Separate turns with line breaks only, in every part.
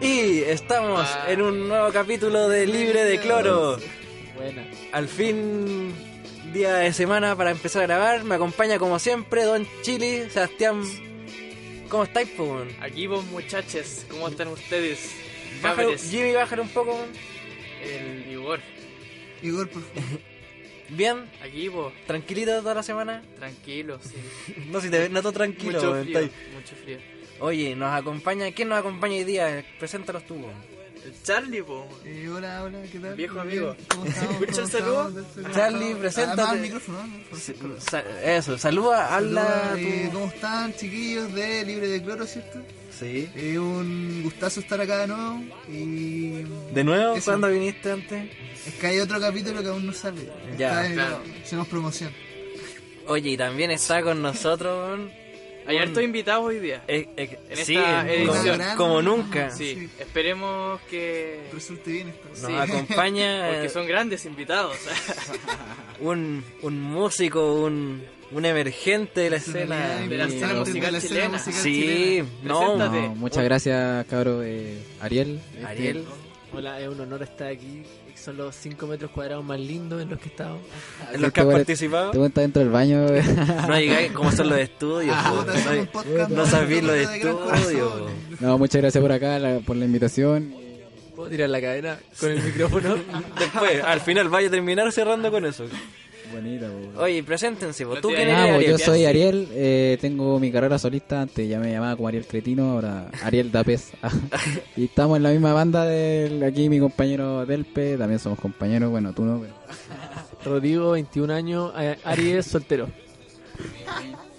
Y estamos en un nuevo capítulo de Libre de Cloro.
Buena.
Al fin, día de semana para empezar a grabar. Me acompaña como siempre Don Chili, Sebastián. ¿Cómo estáis, po, weón?
Aquí vos muchachos, ¿cómo están ustedes?
Bájale-
Cabres,
Jimmy, bájale un poco, weón.
el vigor.
Igor, por favor.
Bien,
Aquí vos,
tranquilito toda la semana.
tranquilo, sí.
No, si te ves, noto tranquilo,
mucho
weón,
frío,
estáis-
mucho frío.
Oye, nos acompaña. ¿Quién nos acompaña hoy día? Preséntalos tú, weón.
El Charlie, po.
Eh, hola, hola, ¿qué tal?
Viejo
Muy bien,
amigo.
¿Cómo estamos?
Escucha el
¿Cómo
saludo.
estamos? ¿Cómo
Charlie,
estamos?
preséntate.
Además, micrófono, ¿no? Por
Sí,
favor.
sa- Eso, saluda, habla
Saluda, eh,
tú.
¿Cómo están, chiquillos de Libre de Cloro, cierto?
Sí.
Eh, un gustazo estar acá de nuevo. Y.
¿De nuevo?
Eso.
¿Cuándo viniste antes?
Es que hay otro capítulo que aún no sale.
Ya,
Está en-
claro.
Hacemos promoción.
Oye, y también está con nosotros, weón.
Hay
un-
hartos invitados hoy día.
Eh, eh,
En
sí,
esta edición.
como, como
Ah,
nunca.
sí,
sí.
esperemos que...
Eh,
Resulte bien esto.
Nos
Sí.
acompaña
Porque son grandes invitados.
un, un músico, un, un emergente de la escena.
Personalidad
de la escena
importante
musical
de la escena
chilena.
musical
Sí,
chilena.
no,
Preséntate.
no,
Bueno.
muchas gracias, cabro. eh, Ariel.
Ariel.
Hola, es un honor estar aquí. Son los 5 metros cuadrados más lindos en los que he estado.
Los que han
¿Ah?
participado.
Te cuenta dentro del baño.
No llegáis como son los estudios.
Ah,
po,
puta,
no,
hacemos un podcast
no
más
sabéis los
de gran
estudios.
corazón.
po.
no, muchas gracias por acá, la- por la invitación.
¿Puedo tirar la cadena con el micrófono? Ah,
Después, al final vaya a terminar cerrando con eso.
Bonita, po.
Oye, preséntense, po.
No
¿tú
tiene
quién
Nada,
eres?
po, Ah, yo
Ariel?
soy Ariel, eh, tengo mi carrera solista, antes ya me llamaba como Ariel Cretino, ahora Ariel Dapes. y estamos en la misma banda de aquí mi compañero Delpe, también somos compañeros, bueno, tú no, pero...
Rodrigo, 21 años, eh, Aries, soltero.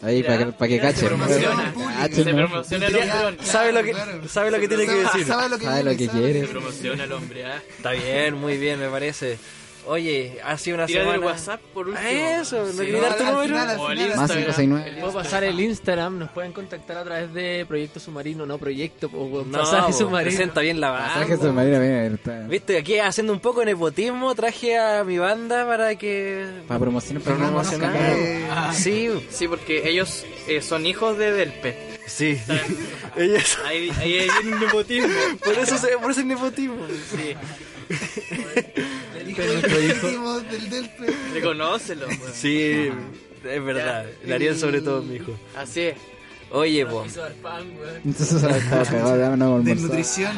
Ahí,
Mira,
para que, pa' que
mira,
cachen.
se promociona.
Cachen,
Se
¿no?
promociona el
Ya,
hombre.
Sabe lo que,
Claro.
sabe lo que tiene que decir.
Sabe lo que,
Sabe lo
viene,
que
sabe
quiere.
Se promociona el hombre, ¿ah?
Está bien, muy bien, me parece. Oye, ha sido una
Tira del
semana.
WhatsApp por último.
Eso, no
Sí.
quería dar tu
Al
número.
final, al
O el
final,
Más
Instagram.
569.
El
Puedo pasar el Instagram, nos pueden contactar a través de Proyecto Submarino, no Proyecto, po, weón,
No,
Pasaje
po,
Submarino.
presenta bien la
Ah,
banda.
Traje su marina, mira, está-
Viste, aquí haciendo un poco de nepotismo, traje a mi banda para que...
Para promocionar, para
Para promocionar.
Ah.
Sí,
Sí, porque ellos eh, son hijos de Delpe.
sí. Ellas-
Ahí, ahí hay un nepotismo.
Por eso, se, por eso es nepotismo.
Sí,
Hijo legítimo del Delpe.
reconócelo. weón.
Sí, es verdad. El Ariel sobre todo, mi hijo.
Así es.
Oye, po.
Entonces ahora estaba cagado, ya no vamos a almorzar.
Desnutrición,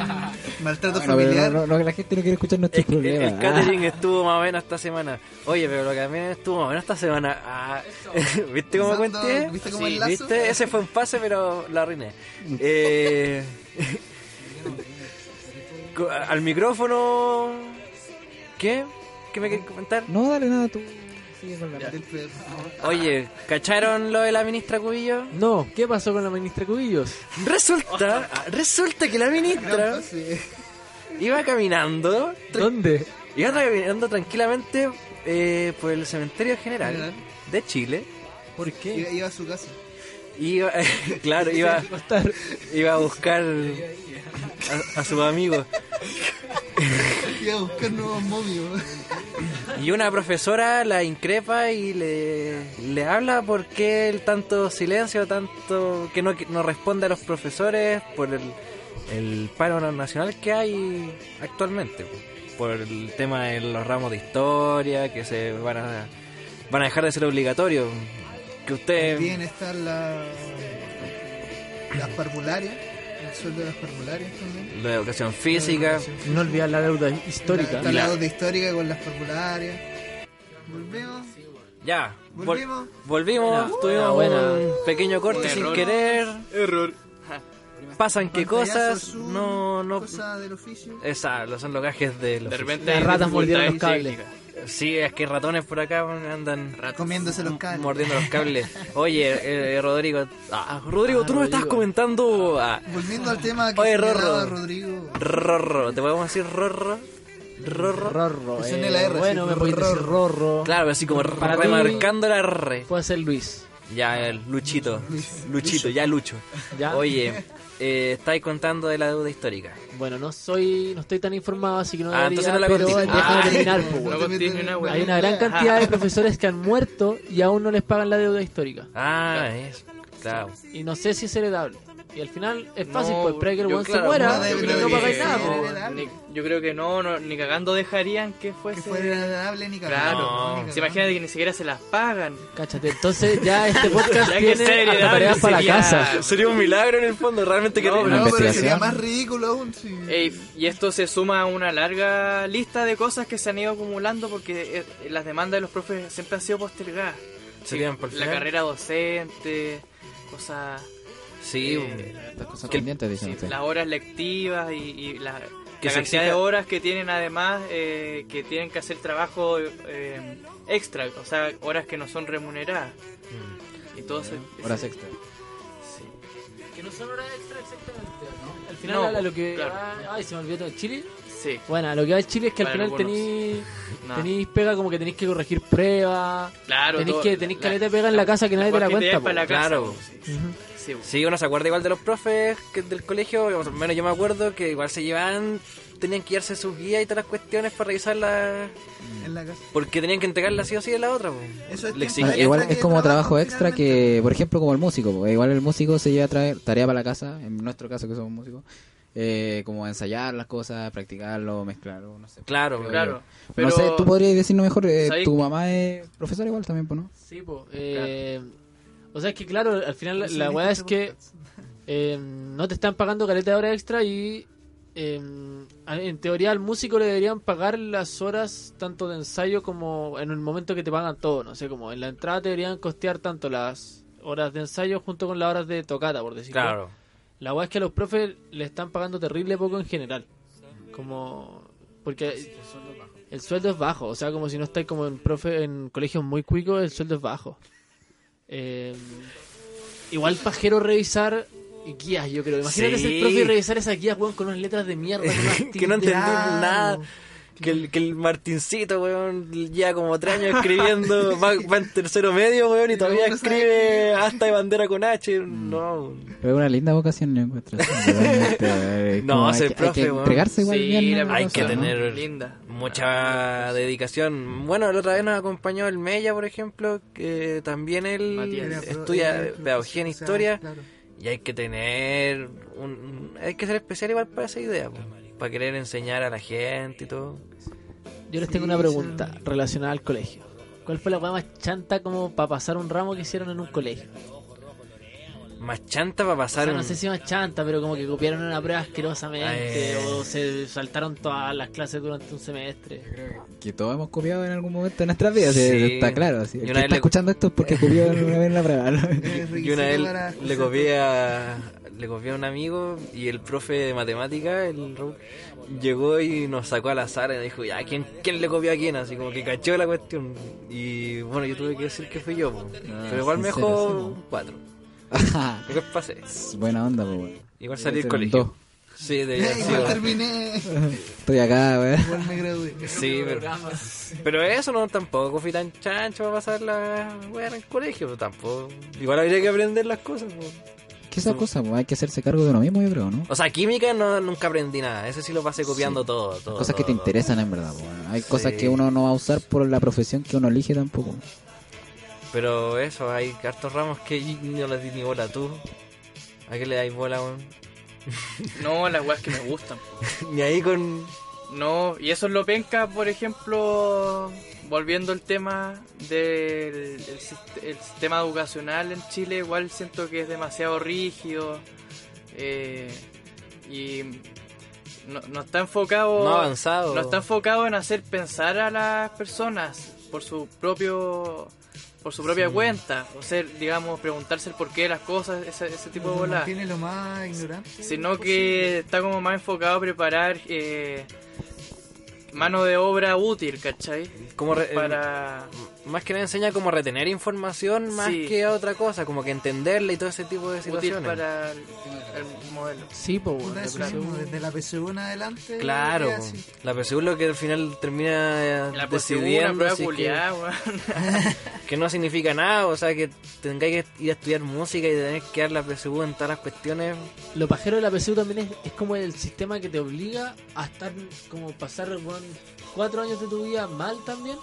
maltrato
Bueno, pero
familiar.
no, no, no, que la gente no quiere escuchar nuestros
El, el
problemas. Ah.
catering estuvo más o menos esta semana. Oye, pero lo que también estuvo más o menos esta semana. ah, ¿Viste cómo
Usando-
conté?
¿viste cómo
Sí,
el lazo?
¿viste? Ese fue un pase, pero lo arruiné. Eh, co- al micrófono. ¿Qué? ¿Qué me querés comentar?
Ah. No, dale nada, tú. Sigue con la
Delpe, por favor.
Oye, ¿cacharon lo de la ministra Cubillo?
No, ¿qué pasó con la ministra Cubillos?
Resulta, resulta que la ministra
Sí.
iba caminando, tra-
¿Dónde?
iba caminando tranquilamente eh, por el cementerio general
General.
de Chile.
¿Por qué?
Iba iba a su casa.
Iba, claro, iba, iba a buscar a, a sus amigos.
Iba a buscar nuevos momios.
Eh.
Y una profesora la increpa y le, le habla por qué el tanto silencio, tanto que no, no responde a los profesores por el, el paro nacional que hay actualmente. Por el tema de los ramos de historia, que se van a, van a dejar de ser obligatorios. Que ustedes...
Bien están la- las parvularias. El sueldo de las parvularias también.
La educación física.
No olvidar la deuda
La-
histórica.
Está
La-
la deuda histórica con las parvularias. Volvemos.
Ya, vol-
Volvimos.
volvimos,
Buena,
tuvimos
buena,
un pequeño corte
Error.
sin querer,
Error.
pasan que
Pantallazo,
cosas,
zoom,
no, no,
Cosas del oficio.
esa, los son los gajes de los...
De repente
Las
hay
ratas
dificultades
mordieron los cables.
técnicas.
Sí, es que ratones por acá andan
Comiéndose los cables.
mordiendo los cables. Oye, eh, eh, Rodrigo, ah, Rodrigo, tú no me estás
Rodrigo.
comentando ah, a
Volviendo al tema que
Oye,
señalaba
Rorro.
Rodrigo.
Rorro, ¿te podemos decir Rorro? Rorro.
Rorro. eh,
Es una LR,
bueno,
sí,
me podéis decir Rorro.
Claro, así como
Para ti-
remarcando la R.
Puede ser Luis.
Ya, el Luchito. Luchito, ya Lucho.
Ya.
Oye, eh, estáis contando de la deuda histórica.
Bueno, no soy, no estoy tan informado, así que no
Ah,
debería,
entonces no la
pero
conté.
déjame
Ah.
terminar, po,
No
pues, weón.
contiene ni una wea.
Hay una gran cantidad de profesores que han muerto y aún no les pagan la deuda histórica.
Ah, es. Claro.
Y no sé si es heredable. Y al final es fácil,
No,
pues para que el
yo,
weón se
claro,
muera
no
y
debe-
no,
creo
pagáis
que-
nada. pues.
no.
po.
ni- yo creo que no, no, ni cagando dejarían que fuese.
Que fuera agradable ni cagando.
Claro,
No.
Ni
se
cagando.
imagina que ni siquiera se las pagan.
Cáchate, entonces ya este podcast
Ya que
tiene
sea heredable,
hasta tareas para la
sería-
casa.
Sería un milagro en el fondo, realmente que
Ah, No,
No, pero
investigación.
sería más ridículo aún si...
Ey, y esto se suma a una larga lista de cosas que se han ido acumulando porque eh, las demandas de los profes siempre han sido postergadas.
Se
Sí,
quedan por el
la
final.
carrera docente, cosas.
Sí,
eh,
Estas cosas
Que-
pendientes, dicen
sí,
ustedes.
las horas lectivas y, y la,
Que
la
se
cantidad de
exija-
horas que tienen además eh, que tienen que hacer trabajo eh, extra, o sea, horas que no son remuneradas. Y todo se-
Horas extra.
sí.
Que no son horas extra exactamente, ¿no? Al final
No,
a lo que
claro.
va- Ay, se me olvidó todo. Chile.
Sí,
Bueno, a lo que va el Chile es que al
Para
final
algunos.
tenéis
no.
tenéis pega como que tenéis que corregir pruebas.
Claro,
tenéis
todo-
que tenéis
la-
caleta de pega en la casa que nadie te la
cuestión
cuenta.
es para la
po.
casa,
Claro.
sí,
Ujú.
sí, sí.
Sí, uno se acuerda igual de los profes que del colegio, o al menos yo me acuerdo que igual se llevaban, tenían que llevarse sus guías y todas las cuestiones para revisarlas,
En la casa.
porque tenían que entregarla sí o sí de la otra. po.
Eso es
Le
tiempo
exigían-
Bueno,
extra
igual
que
es como
trabajan
trabajo extra
finalmente.
que, por ejemplo, como el músico. po. Igual el músico se lleva a traer tarea para la casa, en nuestro caso que somos músicos, eh, como ensayar las cosas, practicarlo, mezclarlo, no sé.
Claro,
Creo
Claro,
yo.
pero
No sé, tú podrías decirnos mejor, eh,
¿Sabéis?
tu mamá es profesora igual también, po, ¿no?
Sí, po. eh, O sea, es que claro, al final la, la weá es que eh, no te están pagando caleta de hora extra y eh, a- en teoría al músico le deberían pagar las horas tanto de ensayo como en el momento que te pagan todo, no sé, como en la entrada te deberían costear tanto las horas de ensayo junto con las horas de tocata, por decirlo.
Claro.
La weá es que a los profes le están pagando terrible poco en general. Como. Porque el sueldo es bajo. O sea, como si no estáis como en profe en colegios muy cuicos, el sueldo es bajo. Eh, igual pajero revisar guías, yo creo. Imagínate
Sí.
ser profe y revisar esas guías, weón, con unas letras de mierda. con unas
que no entendí
tildes.
nada. Que el, que el Martincito, weón, ya como tres años escribiendo, va, va en tercero medio, weón, y todavía
no sabe
escribe hasta de bandera con H. No,
Pero es una linda vocación, yo encuentro. Realmente, eh,
No,
como hay
ser
que-
profe,
Hay que
weón.
entregarse igual
Sí,
bien,
la
¿no?
verdad
hay
O
que
sea, ¿no?
tener
linda.
Ah,
mucha dedicación. Bueno, la otra vez nos acompañó el Mella, por ejemplo, que también él
Era
Matías.
pro-
estudia
era pro-
pedagogía en
o sea,
historia
claro.
y hay que tener un... Hay que ser especial igual para esa idea, po, para querer enseñar a la gente y todo.
Yo les tengo una pregunta relacionada al colegio. ¿Cuál fue la weá más chanta como para pasar un ramo que hicieron en un colegio?
Más chanta para
O
pasar
sea, no
un-
sé si más chanta, pero como que copiaron una prueba asquerosamente
Eh.
o se saltaron todas las clases durante un semestre.
Que todos hemos copiado en algún momento de nuestras vidas,
Sí.
eh, está claro. sí.
Y
El
una
que
vez
está
le-
escuchando esto es porque copió una vez en la prueba. ¿no?
Eh,
Yo una vez
requisito para
le
cursar
copié a, le copié a un amigo y el profe de matemática, el Raúl, llegó y nos sacó al azar y dijo, ya, ¿quién, ¿quién le copió a quién? Así como que cachó la cuestión. Y bueno, yo tuve que decir que fui yo, po. pero igual me dejó
sincero, Ah, sí,
un cuatro.
Ajá.
Igual pasé.
Buena onda, pues, weón.
Igual
Yo
salí del
hice un
colegio.
dos.
Sí, de
todo. Eh, igual terminé.
Estoy acá, weón.
Igual me gradué.
Sí, pero, pero eso no tampoco fui tan chancho para pasar la weá en el colegio, pero tampoco. Igual habría que aprender las cosas. po.
¿Qué esa cosa, po? Hay que hacerse cargo de uno mismo, yo creo, ¿no?
O sea, química no, nunca aprendí nada, eso sí lo pasé copiando todo, todo.
Cosas que te
todo, todo.
interesan en verdad, po, weón. Hay cosas
Sí.
que uno no va a usar por la profesión que uno elige tampoco.
Pero eso, hay hartos ramos que yo no les di ni bola tú. ¿A qué le dais bola, weón?
No, las weas que me gustan.
Ni ahí con.
No, y eso es lo penca, por ejemplo, volviendo al tema del el sist- el sistema educacional en Chile, igual siento que es demasiado rígido eh, y no, no está enfocado
No ha avanzado.
Oh, no está enfocado en hacer pensar a las personas por su propio por su propia cuenta, o sea, digamos, preguntarse el porqué de las cosas, ese, ese tipo de bolas
Tiene lo más ignorante.
sino que está como más enfocado a preparar eh, mano de obra útil, ¿cachai?
Como re-
para...
Más que nada enseña como a retener información más
Sí.
que a otra cosa, como que entenderla y todo ese tipo de
útil
situaciones.
para el, el modelo.
Sí, pues,
Puta, eso mismo, desde la PSU en adelante.
Claro,
ya, sí.
la PSU lo que al final termina eh,
La posibilidad
decidiendo
prueba
si es
culiada, weón.
que, que no significa nada, o sea que tengáis que ir a estudiar música y tener que dar la PSU en todas las cuestiones.
Lo pajero de la PSU también es, es como el sistema que te obliga a estar, como pasar weón, cuatro años de tu vida mal también.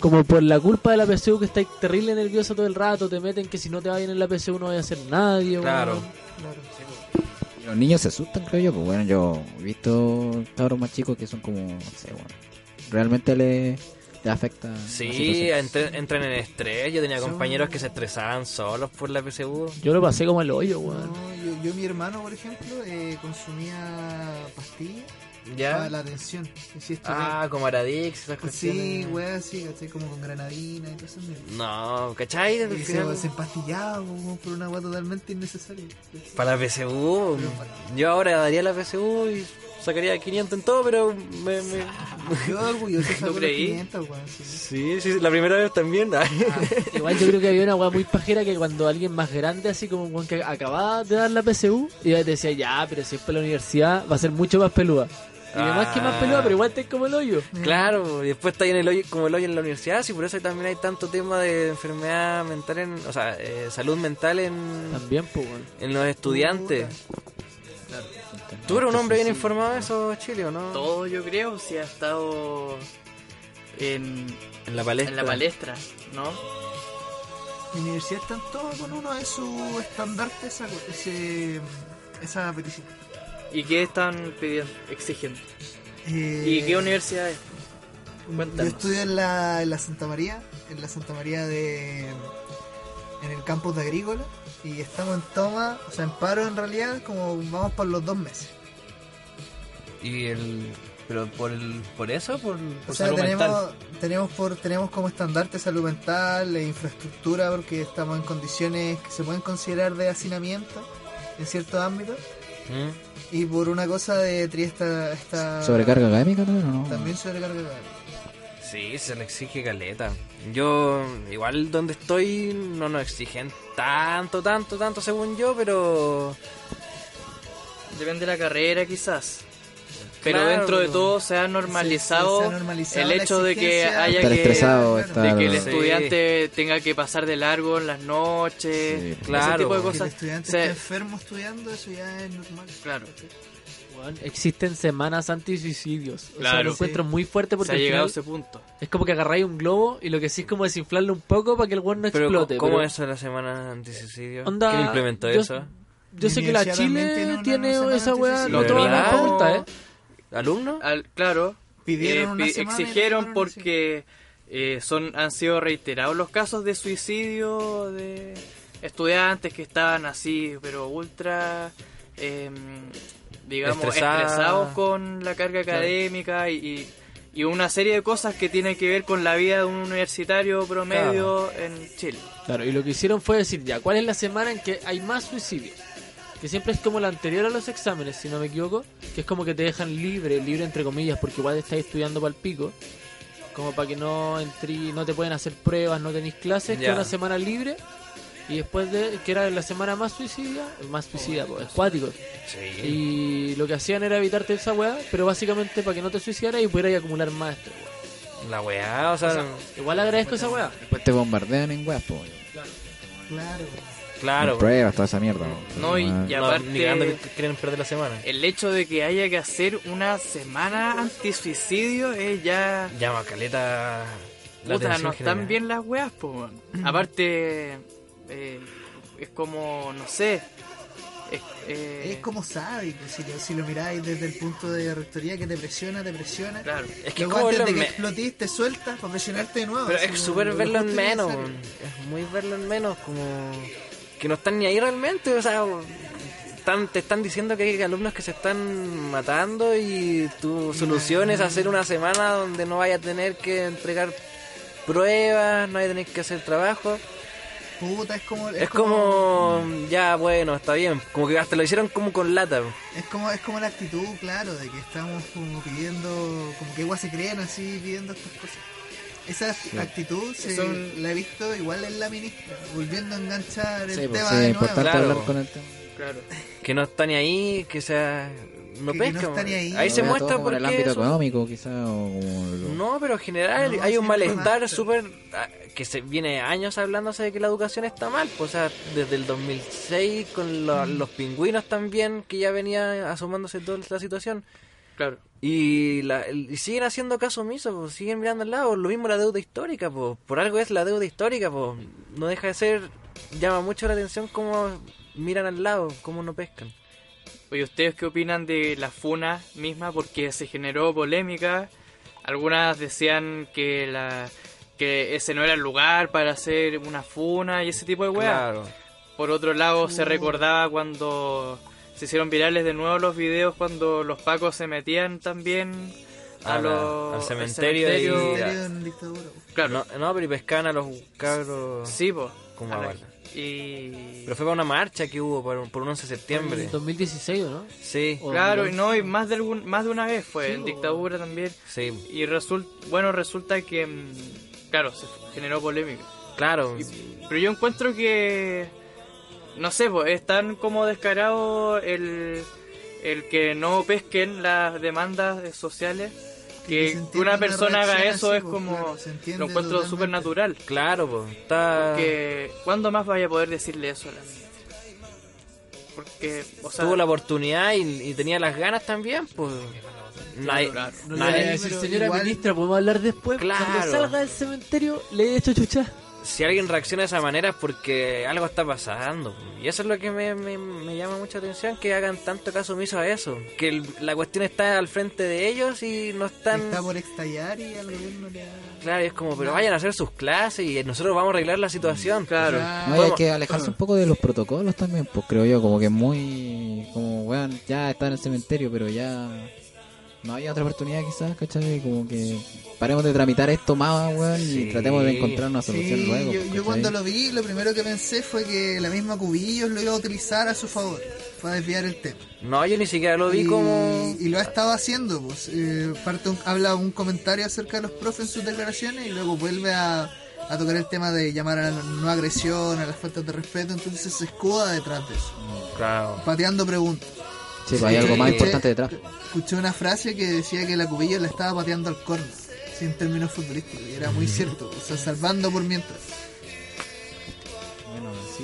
Como por la culpa de la PSU que estáis terrible nervioso todo el rato, te meten que si no te va bien en la PSU no vaya a ser nadie. weón.
Claro.
Claro.
Y Los niños se asustan, creo yo. Pues bueno, yo he visto cabros más chicos que son como, no sé, bueno, realmente le, le afecta. la
Sí,
situación.
entre- entran en estrés, yo tenía compañeros que se estresaban solos por la PSU.
Yo lo pasé como el hoyo, weón.
No, yo, yo mi hermano, por ejemplo, eh, consumía pastillas para
¿Ya?
Ah, la atención. Y si esto
Ah, como Aradix, esas
que-
cuestiones.
sí, weá, sí, ¿cachai? Como con granadina y todo eso. mierda.
No, ¿cachai? Al
Y
final-
se, se empastillaba weón, por una weá totalmente innecesaria.
Para la PSU, yo ahora daría la PSU y sacaría 500 en todo, pero me... me-
Yo orgulloso de sacar los
creí?
500, weón.
Sí,
sí.
sí, la primera vez también.
Igual yo creo que había una weá muy pajera que cuando alguien más grande, así como un weón que acababa de dar la PSU, iba y te decía, ya, pero si es para la universidad, va a ser mucho más peluda. Y además que más
Ah.
peluda, pero igual te es como el hoyo.
claro, y después está ahí en el hoyo, como el hoyo en la universidad, sí, por eso también hay tanto tema de enfermedad mental, en, o sea, eh, salud mental en,
También, pues, weón.
en los estudiantes. Tú eres un hombre bien informado de eso, Chile, ¿o no?
Todo yo creo si ha estado en,
En la palestra.
en la palestra, ¿no?
Mi universidad está todo con uno de sus estandartes, esa, ese- esa petición.
¿Y qué están pidiendo, exigiendo?
Eh,
¿Y qué universidad es?
Yo
Cuéntanos.
estudio en la, en la Santa María, en la Santa María de. en el campus de Agrícola, y estamos en toma, o sea, en paro en realidad, como vamos por los dos meses.
Y el... Pero por, el, por eso, por, por
O sea,
salud
tenemos,
mental.
tenemos por tenemos como estandarte salud mental, e infraestructura, porque estamos en condiciones que se pueden considerar de hacinamiento en ciertos ámbitos,
¿Mm?
y por una cosa de triesta esta
¿Sobrecarga académica también o no?
También sobrecarga académica.
Sí, se le exige caleta. Yo, igual donde estoy, no nos exigen tanto, tanto, tanto según yo, pero.
Depende de la carrera quizás. Pero
Claro,
dentro de
pero-
todo se ha normalizado,
Se- se ha normalizado
el
la
hecho de que
exigencia.
haya
Estar
que...
estresado,
de
estar...
De que el
Sí.
estudiante tenga que pasar de largo en las noches,
Sí.
Claro,
ese tipo de
porque
Que el
cosas.
estudiante
Se-
esté enfermo estudiando, eso ya es normal.
Claro.
Weón, existen semanas anti-suicidios. O sea,
Claro.
lo encuentro muy fuerte
se
porque
ha
al
llegado a ese
final
punto.
es como que agarráis un globo y lo que sí es como desinflarlo un poco para que el weón no
Pero,
explote.
¿Cómo
pero-
es eso de la semana antisuicidio?
Onda,
¿Quién implementó
yo-
eso?
Yo sé que la
Universidad también tiene
Chile
una
tiene
semana
esa weá, no
anti-suicidio.
todas las
¿Verdad?
facultades. ¿eh?
¿Alumno?
Al- claro,
Pidieron
eh,
una
pi-
semana y
exigieron
la
porque eh, son han sido reiterados los casos de suicidio de estudiantes que estaban así, pero ultra, eh, digamos,
Estresadas.
estresados con la carga académica y, y- y una serie de cosas que tienen que ver con la vida de un universitario promedio en Chile.
Claro, y lo que hicieron fue decir ya, ¿cuál es la semana en que hay más suicidios? Que siempre es como la anterior a los exámenes, si no me equivoco, que es como que te dejan libre, libre entre comillas, porque igual estáis estudiando para el pico, como para que no entrí, no te pueden hacer pruebas, no tenéis clases, que
Ya.
es una semana libre, y después de que era la semana más suicida, más suicida, pues, acuático.
Sí.
Y lo que hacían era evitarte esa weá, pero básicamente para que no te suicidaras y pudieras acumular más estrés, weón.
La weá, o sea,
Igual agradezco esa weá.
Después te bombardean en weas, pues.
Claro.
claro.
Pruebas, toda esa mierda.
No, y-
Ah,
y
No,
aparte-
ni cagando que quieren perder la semana.
El hecho de que haya que hacer una semana antisuicidio es ya...
Llama caleta. La
Puta,
atención
no están
general. Mm.
bien las weas, po, weón. Aparte, eh, es como, no sé. Es, eh,
Es como sádico, si lo, si lo miráis desde el punto de rectoría que te presiona, te presiona.
Claro.
Es que
Luego
como
antes
verlo
de
en
que
me-
explotís, te sueltas para presionarte de nuevo.
Pero
así
es
como
súper
lo
verlo en
justo y
menos.
necesario.
Es muy verlo en menos, como. Que no están ni ahí realmente, o sea. están- te están diciendo que hay alumnos que se están matando y tu solución es hacer una semana donde no vaya a tener que entregar pruebas, no vaya a tener que hacer trabajo.
Puta, es como.
Es, como, ya bueno, está bien, como que hasta lo hicieron como con lata.
Es como, es como la actitud, claro, de que estamos como pidiendo, como que igual se creen así pidiendo estas cosas. Esa actitud se-
Son-
la he visto igual en la ministra, volviendo a enganchar el
Sí, pues,
tema
sí,
de
es
nuevo.
importante
Claro.
hablar con el tema.
Claro.
Que no está ni ahí, que sea. No
Que- que
pesca.
no está ni
man. ahí
ahí. No
se
Sobre
muestra
todo como
por
en el
qué
ámbito
eso-
económico, quizás. O como lo-
No, pero en general
No,
hay un
sí,
malestar
basta.
súper ah, que se viene años hablándose de que la educación está mal. pues, o sea, desde el 2006 con lo-
Mm.
los pingüinos también, que ya venía asomándose toda la situación.
Claro.
Y, la- y siguen haciendo caso omiso, pues, siguen mirando al lado. Lo mismo la deuda histórica, pues, por algo es la deuda histórica, pues, no deja de ser, llama mucho la atención cómo miran al lado, cómo no pescan.
Oye, ¿ustedes qué opinan de la funa misma? Porque se generó polémica. Algunas decían que la que ese no era el lugar para hacer una funa y ese tipo de weas. Por otro lado,
Mm.
se recordaba cuando se hicieron virales de nuevo los videos cuando los pacos se metían también a
A la-
los,
al cementerio
El
y-
ministerio de una dictadura.
Claro,
No, no, pero y pescan a los cabros.
sí, po,
Como
a
a
la-
bala.
Y...
Pero fue para una marcha que hubo por, por un 11 de septiembre.
2016, ¿o ¿no?
Sí,
Oh,
O-
Claro, y no, y más de, algún, más de una vez fue,
Sí,
en
po.
dictadura también.
sí,
Y resulta, bueno, resulta que, mm, claro, se generó polémica.
claro.
Pero yo encuentro que, no sé, po, es tan como descarado el, el que no pesquen las demandas sociales,
se
que
entiende
una
una
persona haga
reacción
eso
así,
es
po,
como,
claro, se entiende
lo encuentro
totalmente.
súper natural.
Claro, pues, está...
Porque, ¿cuándo más vaya a poder decirle eso a la ministra? Porque, o sea,
tuvo la oportunidad y, y tenía las ganas también, pues... Nadie,
claro.
No le voy a
nadie-
decir,
pero
señora
igual-
ministra, podemos hablar después.
Claro.
Cuando salga del cementerio, le he hecho chucha.
si alguien reacciona de esa manera es porque algo está pasando. po. Y eso es lo que me, me- me llama mucha atención, que hagan tanto caso omiso a eso. Que el- la cuestión está al frente de ellos y no están...
Está por estallar y al gobierno le da...
Claro, y es como, pero vayan a hacer sus clases y nosotros vamos a arreglar la situación.
Claro.
No, y hay que alejarse un poco de los protocolos también, pues creo yo, como que muy. Como, weón, ya está en el cementerio, pero ya. No había otra oportunidad quizás, ¿cachai? Como que paremos de tramitar esto más, weón,
Sí.
y tratemos de encontrar una solución
Sí,
luego.
pues,
yo, yo
¿cachai?
cuando lo vi, lo primero que pensé fue que la misma Cubillos lo iba a utilizar a su favor, para desviar el tema.
No, yo ni siquiera lo vi
y,
como...
y lo ha estado haciendo, pues. Eh, parte un- habla un comentario acerca de los profes en sus declaraciones y luego vuelve a, a tocar el tema de llamar a la no agresión, a las faltas de respeto, entonces se escuda detrás de eso,
Claro.
pateando preguntas.
Sí, pues hay algo más
Escuché-
importante detrás. pues.
Escuché una frase que decía que la Cubillos la estaba pateando al corno, sin términos futbolísticos, y era muy
Mm.
cierto, o sea, salvando por mientras.
Bueno, sí.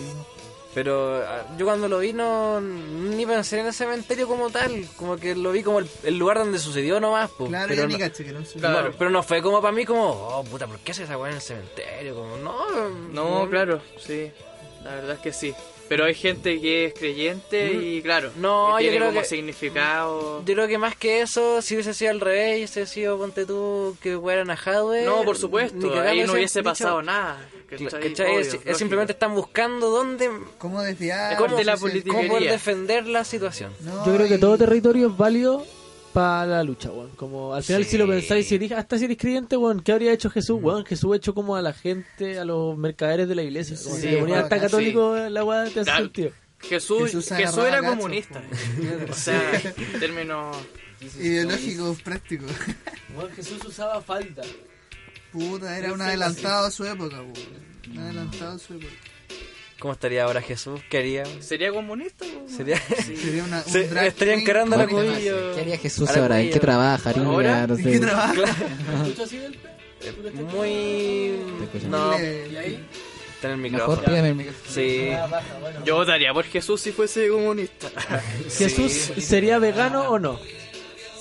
Pero ah, yo cuando lo vi no ni pensé en el cementerio como tal, como que lo vi como el, el lugar donde sucedió nomás, po.
Claro,
pero,
yo
no,
ni caché que no se-
no, pero no fue como para mí como, oh puta, ¿por qué se esa weá en el cementerio? Como, no,
No, claro, sí. La verdad es que sí. Pero hay gente que es creyente y claro,
Mm. No,
que
yo
tiene
creo
como
que-
significado.
Yo creo que más que eso, si hubiese sido al revés, hubiese sido, ponte tú, que fueran a Hadwe.
No, por supuesto, ahí no hubiese pasado nada. ¿cachai? Obvio,
es, es
lógico.
simplemente están buscando dónde,
¿Cómo desviar?
Es parte de la
Sí, sí.
política.
cómo poder
Politiquería.
defender la situación.
No,
Yo creo que
y-
todo territorio es válido para la lucha, weón. Como al final
Sí.
si lo pensáis, si eres, hasta si eres creyente, weón, ¿qué habría hecho
Mm.
Jesús? Weón, Jesús hecho como a la gente, a los mercaderes de la iglesia. Como
Sí,
si le ponía
weón,
hasta
sí.
católico la weá te hace
Claro.
sentido.
Jesús,
Jesús
Jesús,
se agarraba
era
gacho,
comunista.
po.
o sea, en términos.
Ideológicos, prácticos.
Weón, Jesús usaba falda.
Puta, era un adelantado a su época, weón. Un adelantado a su época.
¿Cómo estaría ahora Jesús? ¿Qué haría?
¿Sería comunista? po?
Sería...
Sería una, un
Se-
drag
estaría
queen
encarando a la
bonita.
cubillo.
¿Qué haría Jesús
Ahora
ahora? ¿En
voy
qué
yo.
trabaja?
¿Ahora?
¿Haría? No
¿En
sé.
qué trabaja?
¿Escuchó así del
Muy...
escucho.
No,
Le-
¿Y ahí?
está en el
Mejor
micrófono.
pídeme el micrófono.
Sí.
Yo votaría por Jesús si fuese comunista.
¿Jesús sería vegano o no?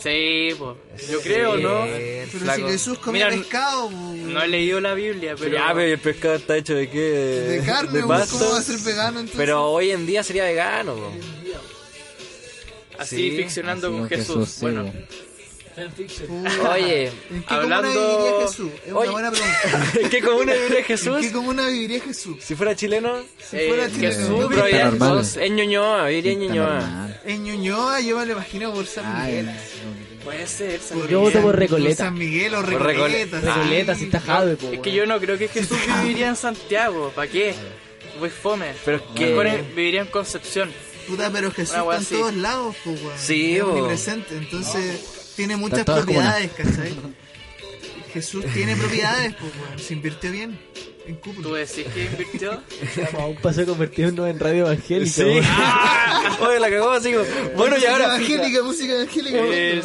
Sí, po. yo creo, ¿no?
Eh,
Pero
flaco.
si Jesús comía
Mira,
pescado, weón.
No he leído la Biblia, pero.
Ya, pero el pescado está hecho de qué?
de carne, weón.
pasto.
¿Cómo va a ser vegano entonces?
Pero hoy en día sería vegano. po.
así
sí,
ficcionando
Así
con
como
Jesús.
sí,
bueno, eh,
weón.
Puta.
Oye,
¿En qué
hablando-
comuna viviría Jesús? Es una
Oye.
buena pregunta.
¿en qué comuna vive
¿En
Jesús?
qué comuna viviría Jesús?
Si fuera chileno,
Si
Eh,
fuera chileno.
Jesús
yo
Está
pero
creo-
ya
normal.
entonces, en Ñuñoa, viviría en
Está
Ñuñoa.
normal.
En Ñuñoa yo me lo imagino por San
Eh,
Ay,
Miguel.
no.
puede ser. San
Yo voto por Recoleta.
San Miguel o
Por
Recoleta.
Recoleta,
sí.
si está jade, po,
Es que yo
weón.
no creo que Jesús viviría en Santiago, ¿para qué? Voy fome.
Pero es que-
Mejor en- viviría en Concepción.
Puta, pero Jesús
Una
está
wea
en
así.
todos lados, po, weón.
Sí,
Es
po.
omnipresente, entonces tiene
en
muchas
todas las
propiedades, ¿cachai? Jesús tiene propiedades, pues, weón. Se invirtió bien en cúpula.
¿Tú decís que invirtió?
Estamos a un paso de convertirnos en radio evangélica.
Sí. Ah, Oye, la cagó así. como, Bueno, y
Música
ahora.
Evangélica, música evangélica.
El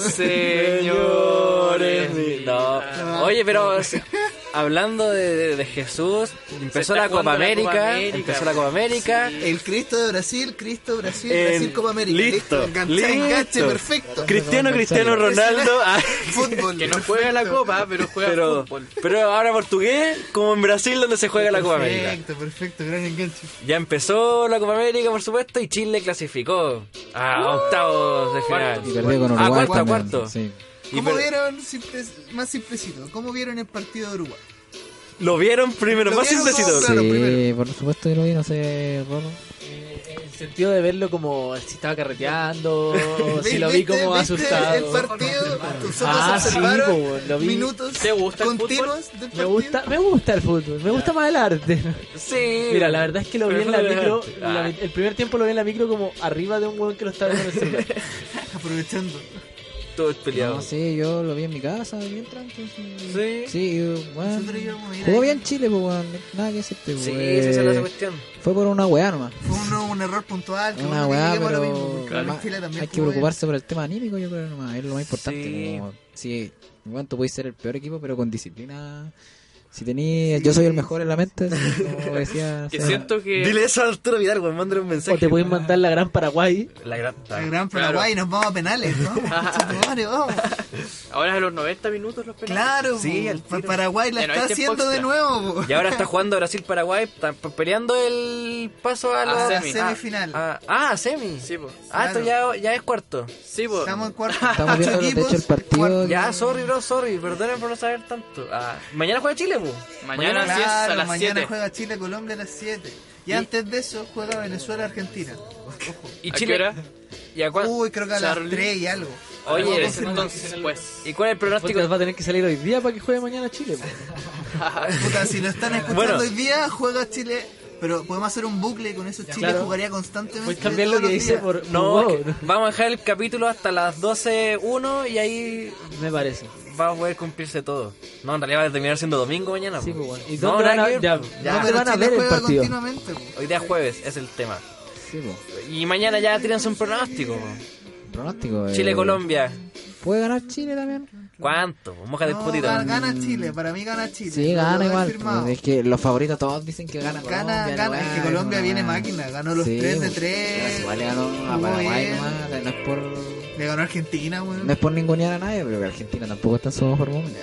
Señor es mi-
No. Oye, pero o sea, hablando de, de- de Jesús, empezó
Se está
la Copa
jugando la
América,
Copa América,
empezó la Copa América.
Sí.
El Cristo de Brasil, Cristo Brasil,
En-
Brasil Copa América.
listo,
Enganche,
listo.
enganche, perfecto.
Cristiano Cristiano Ronaldo, ah,
Fútbol.
Que no juega la copa, pero juega
pero,
fútbol.
pero ahora portugués, como en Brasil donde se juega la Copa América.
Perfecto, perfecto, gran enganche.
Ya empezó la Copa América, por supuesto, y Chile clasificó a octavos de final.
Y perdió con
Ah,
Uruguay.
cuarto, a
también.
cuarto.
Sí.
Y
¿Cómo
per-
vieron, simple- más simplecito, cómo vieron el partido de Uruguay?
Lo vieron primero,
Lo
más
vieron como-
simplecito.
Claro,
Sí,
primero.
por supuesto que lo vi, no sé, Rolo.
Eh, En el sentido de verlo como si estaba carreteando, o si lo vi
¿Viste-
como
viste El
asustado.
partido, tus ojos
Ah, sí,
observaron
po, lo vi.
minutos
¿Te gusta el
continuos del
Me
partido.
gusta, me gusta el fútbol, me gusta más el arte.
Sí.
Mira, la verdad es que lo vi en la micro,
Ah.
la- el primer tiempo lo vi en la micro como arriba de un hueón que lo estaba viendo en el celular.
Aprovechando.
Todos peleados.
No, sí, yo lo vi en mi casa, bien tranquilo.
Sí.
Sí, y, bueno.
Nosotros íbamos a ir
Jugó
ahí.
bien Chile, pues, weón. Nada que decirte,
Sí,
pues.
sí, esa es la cuestión.
Fue por una weá nomás.
Fue uno- un error puntual. que
Una
bueno,
weá,
lleguemos a lo mismo,
pero.
porque ahora en
ma-
Chile también
Hay que
jugó bien.
preocuparse por el tema anímico, yo creo, nomás. Es lo más importante.
Sí.
Como, sí, weón, tú puedes ser el peor equipo, pero con disciplina. Si tenías. Yo soy el mejor en la mente, como decía.
Que
o sea,
siento que...
Dile eso a Arturo Vidal, weón. Mándale un mensaje.
O te pueden mandar la gran Paraguay.
La grata.
El gran Paraguay, nos vamos a penales, ¿no? Conchetumare, vamos.
Ahora es a los 90 minutos los penales.
Claro,
Sí,
po,
al tiro.
Paraguay la
Bueno,
está
este
haciendo
podcast.
de nuevo. po.
Y ahora está jugando Brasil-Paraguay, están peleando el paso a la
A
la
semi.
semifinal.
Ah, ah, semi.
Sí, po.
Ah, esto ya, ya es cuarto.
Sí, po.
Estamos en cuarto.
Estamos viendo, de hecho, el partido.
Ya, sorry, bro, sorry. Perdonen por no saber tanto. Ah, mañana juega Chile, po.
Mañana,
Claro,
sí es a las
mañana
7.
juega Chile-Colombia a las 7. Y, antes de eso juega Venezuela-Argentina. Ojo.
¿Y
¿A qué
Chile?
hora?
¿Y, a cuál,
Uh.
Uy, creo que a las
Charlie.
3 y algo.
Oye,
Oye, entonces, pues...
¿y cuál es el pronóstico?
Podcast va a tener que salir hoy día para que juegue mañana Chile. po.
Puta, si lo están escuchando
Bueno.
hoy día, juega Chile. Pero podemos hacer un bucle y con eso Chile
claro.
jugaría constantemente.
Puedes cambiar lo
todos
que
los
dice
días.
por.
No,
wow,
es que vamos a dejar el capítulo hasta las 12.1 y ahí
Me parece.
va a poder cumplirse todo. No, en realidad va a terminar siendo domingo mañana.
Sí,
po.
pues, bueno. ¿Y
No,
dónde van
nada
a,
que ver,
ya,
po.
Ya,
¿dónde
pero
van a
Chile
ver el
juega
partido?
continuamente, po.
Hoy día es jueves, es el tema.
Sí, po.
Y mañana ya tírense un pronóstico. po.
Pronóstico. eh,
Chile-Colombia.
¿Puede ganar Chile también?
¿Cuánto? Moja del
No,
putito.
gana- gana Chile, para mí gana Chile.
Sí,
Lo- lo
gana
he
igual.
firmado.
pues, Es que los favoritos todos dicen que gana
Gana,
Colombia.
gana,
la
es que
weá,
Colombia
la
viene
weá.
máquina, ganó los tres de
pues,
tres.
pero Igual le ganó a
Muy
Paraguay
bien.
nomás, no es por...
Le ganó Argentina, weón.
No es por ningunear a nadie, pero que Argentina tampoco está en su mejor momento.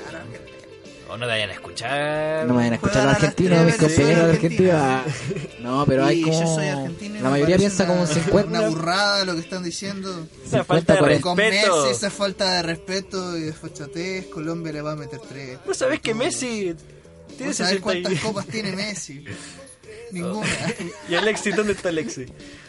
O no te vayan a escuchar.
No me vayan a escuchar los
Juegan a las
argentinos,
tres,
mis compañeros de
Venezuela,
Argentina. No, pero hay
Y
como...
yo soy argentino y
La
me
mayoría
parece
piensa como
una-
50...
Una burrada lo que están diciendo.
Esa falta de
50,
Con
respeto.
Messi, esa falta de respeto y de fachatez, Colombia le va a meter tres.
¿No sabes que Messi tiene
¿Vos sabés
60 y...
cuántas copas tiene Messi? Ninguna.
y Alexi? ¿Dónde está Alexi?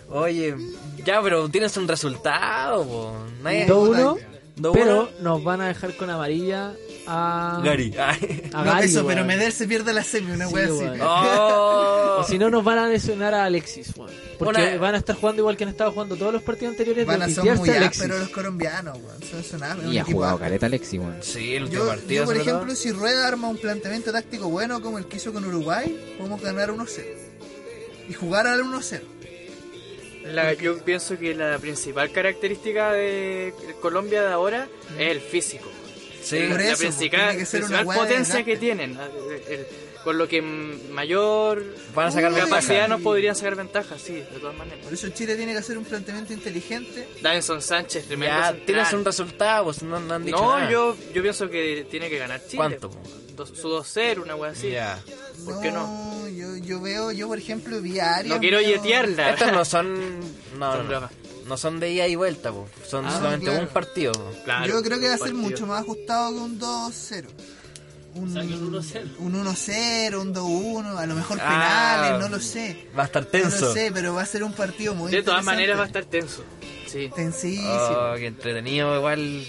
Oye, ya, pero tienes un resultado, po. Nadie...
2-1,
Do
Eh, pero
uno.
nos van a dejar con amarilla a.
Gary.
A
No,
Gary,
eso,
weón.
pero Medel se pierde la semi, una
Sí,
wea así.
weón.
Oh.
O si no, nos van a lesionar a Alexis, weón. Porque
Una-
van a estar jugando igual que han estado jugando todos los partidos anteriores.
Van
de
a ser
pitearse
muy
a Alexis.
pero los colombianos, weón. Son sonados.
Y ha jugado careta Alexi, weón.
Sí, el último
Yo,
partido.
yo, por
sobre todo.
ejemplo, si Rueda arma un planteamiento táctico bueno como el que hizo con Uruguay, podemos ganar 1-0. Y jugar al 1-0.
La- yo pienso que la principal característica de Colombia de ahora es el físico.
Sí.
Por
la
eso, pues,
principal,
tiene que ser
principal
una hueá de
potencia
desgaste.
que tienen. ah, el- el- con lo que mayor
Van a sacar
capacidad
ventaja.
nos podrían sacar ventaja, sí, de todas maneras.
Por eso Chile tiene que hacer un planteamiento inteligente.
Danson Sánchez, tremendo.
Ya
central.
tienes un resultado, pues, no, no han dicho
no,
nada.
yo, yo pienso que tiene que ganar Chile.
¿Cuánto?
Dos- su 2-0, una wea así.
Ya.
¿Por qué
no? Yo, yo veo, yo por ejemplo vi a Arias.
No quiero
veo-
yetearla.
Estos no son. No,
Son
no, no.
bromas.
No son de ida y vuelta, po. son
Ah,
solamente
claro.
un partido. po.
Claro,
Yo creo que va a ser
partido.
mucho más ajustado que un 2-0. Un
sea, que un 1-0.
un 1-0, un 2-1, a lo mejor
Ah.
penales, no lo sé.
Va a estar
No
tenso.
lo sé, pero va a ser un partido muy
De todas maneras va a
interesante.
estar tenso. Sí.
Tensísimo.
Oh, qué entretenido, igual.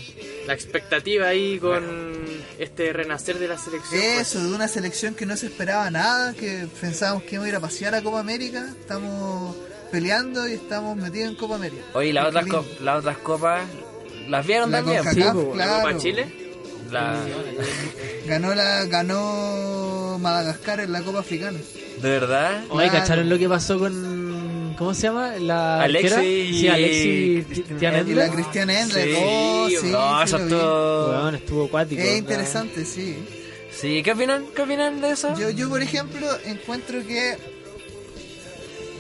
La expectativa ahí con este renacer de la selección. pues.
Eso, de una selección que no se esperaba nada, que pensábamos que íbamos a ir a pasear a Copa América, estamos peleando y estamos metidos en Copa América.
Oye, las
Qué
otras,
lindo.
cop- las otras copas. ¿Las vieron
La
también?
CONCACAF,
Sí, po,
claro.
¿Para Chile?
La...
Ganó la ganó Madagascar en la Copa Africana.
¿De verdad?
Oye,
Claro.
¿cacharon lo que pasó con. ¿Cómo se llama? La.
Alexis
arquera?
y-
Sí, Alexis.
Cristina-
Tiana
Y la
Endler.
Cristiana Endler.
Sí,
oh, sí,
no,
sí
eso es
lo vi.
todo.
Weón, estuvo acuático.
Es interesante, sí.
Sí, ¿qué opinan, qué opinan de eso?
Yo, yo, por ejemplo, encuentro que...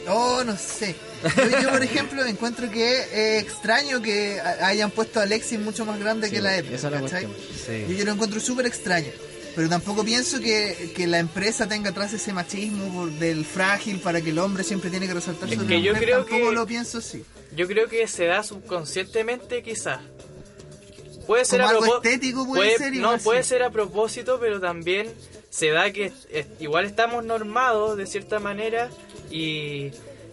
Oh, no sé. Yo, yo, por ejemplo, encuentro que es extraño que a- hayan puesto a Alexis mucho más grande que la época.
esa es la
¿cachai?
cuestión.
Yo,
Sí.
yo lo encuentro súper extraño. Pero tampoco pienso que, que la empresa tenga atrás ese machismo por- del frágil para que el hombre siempre tiene que resaltar
Es
sobre
que
la
yo
mujer.
creo
tampoco
que-
lo pienso así.
Yo creo que se da subconscientemente, quizás. Puede ser
Como
a
algo
propós-
estético puede ser,
No,
igual
puede
sí.
ser a propósito, pero también se da que es- es- igual estamos normados de cierta manera y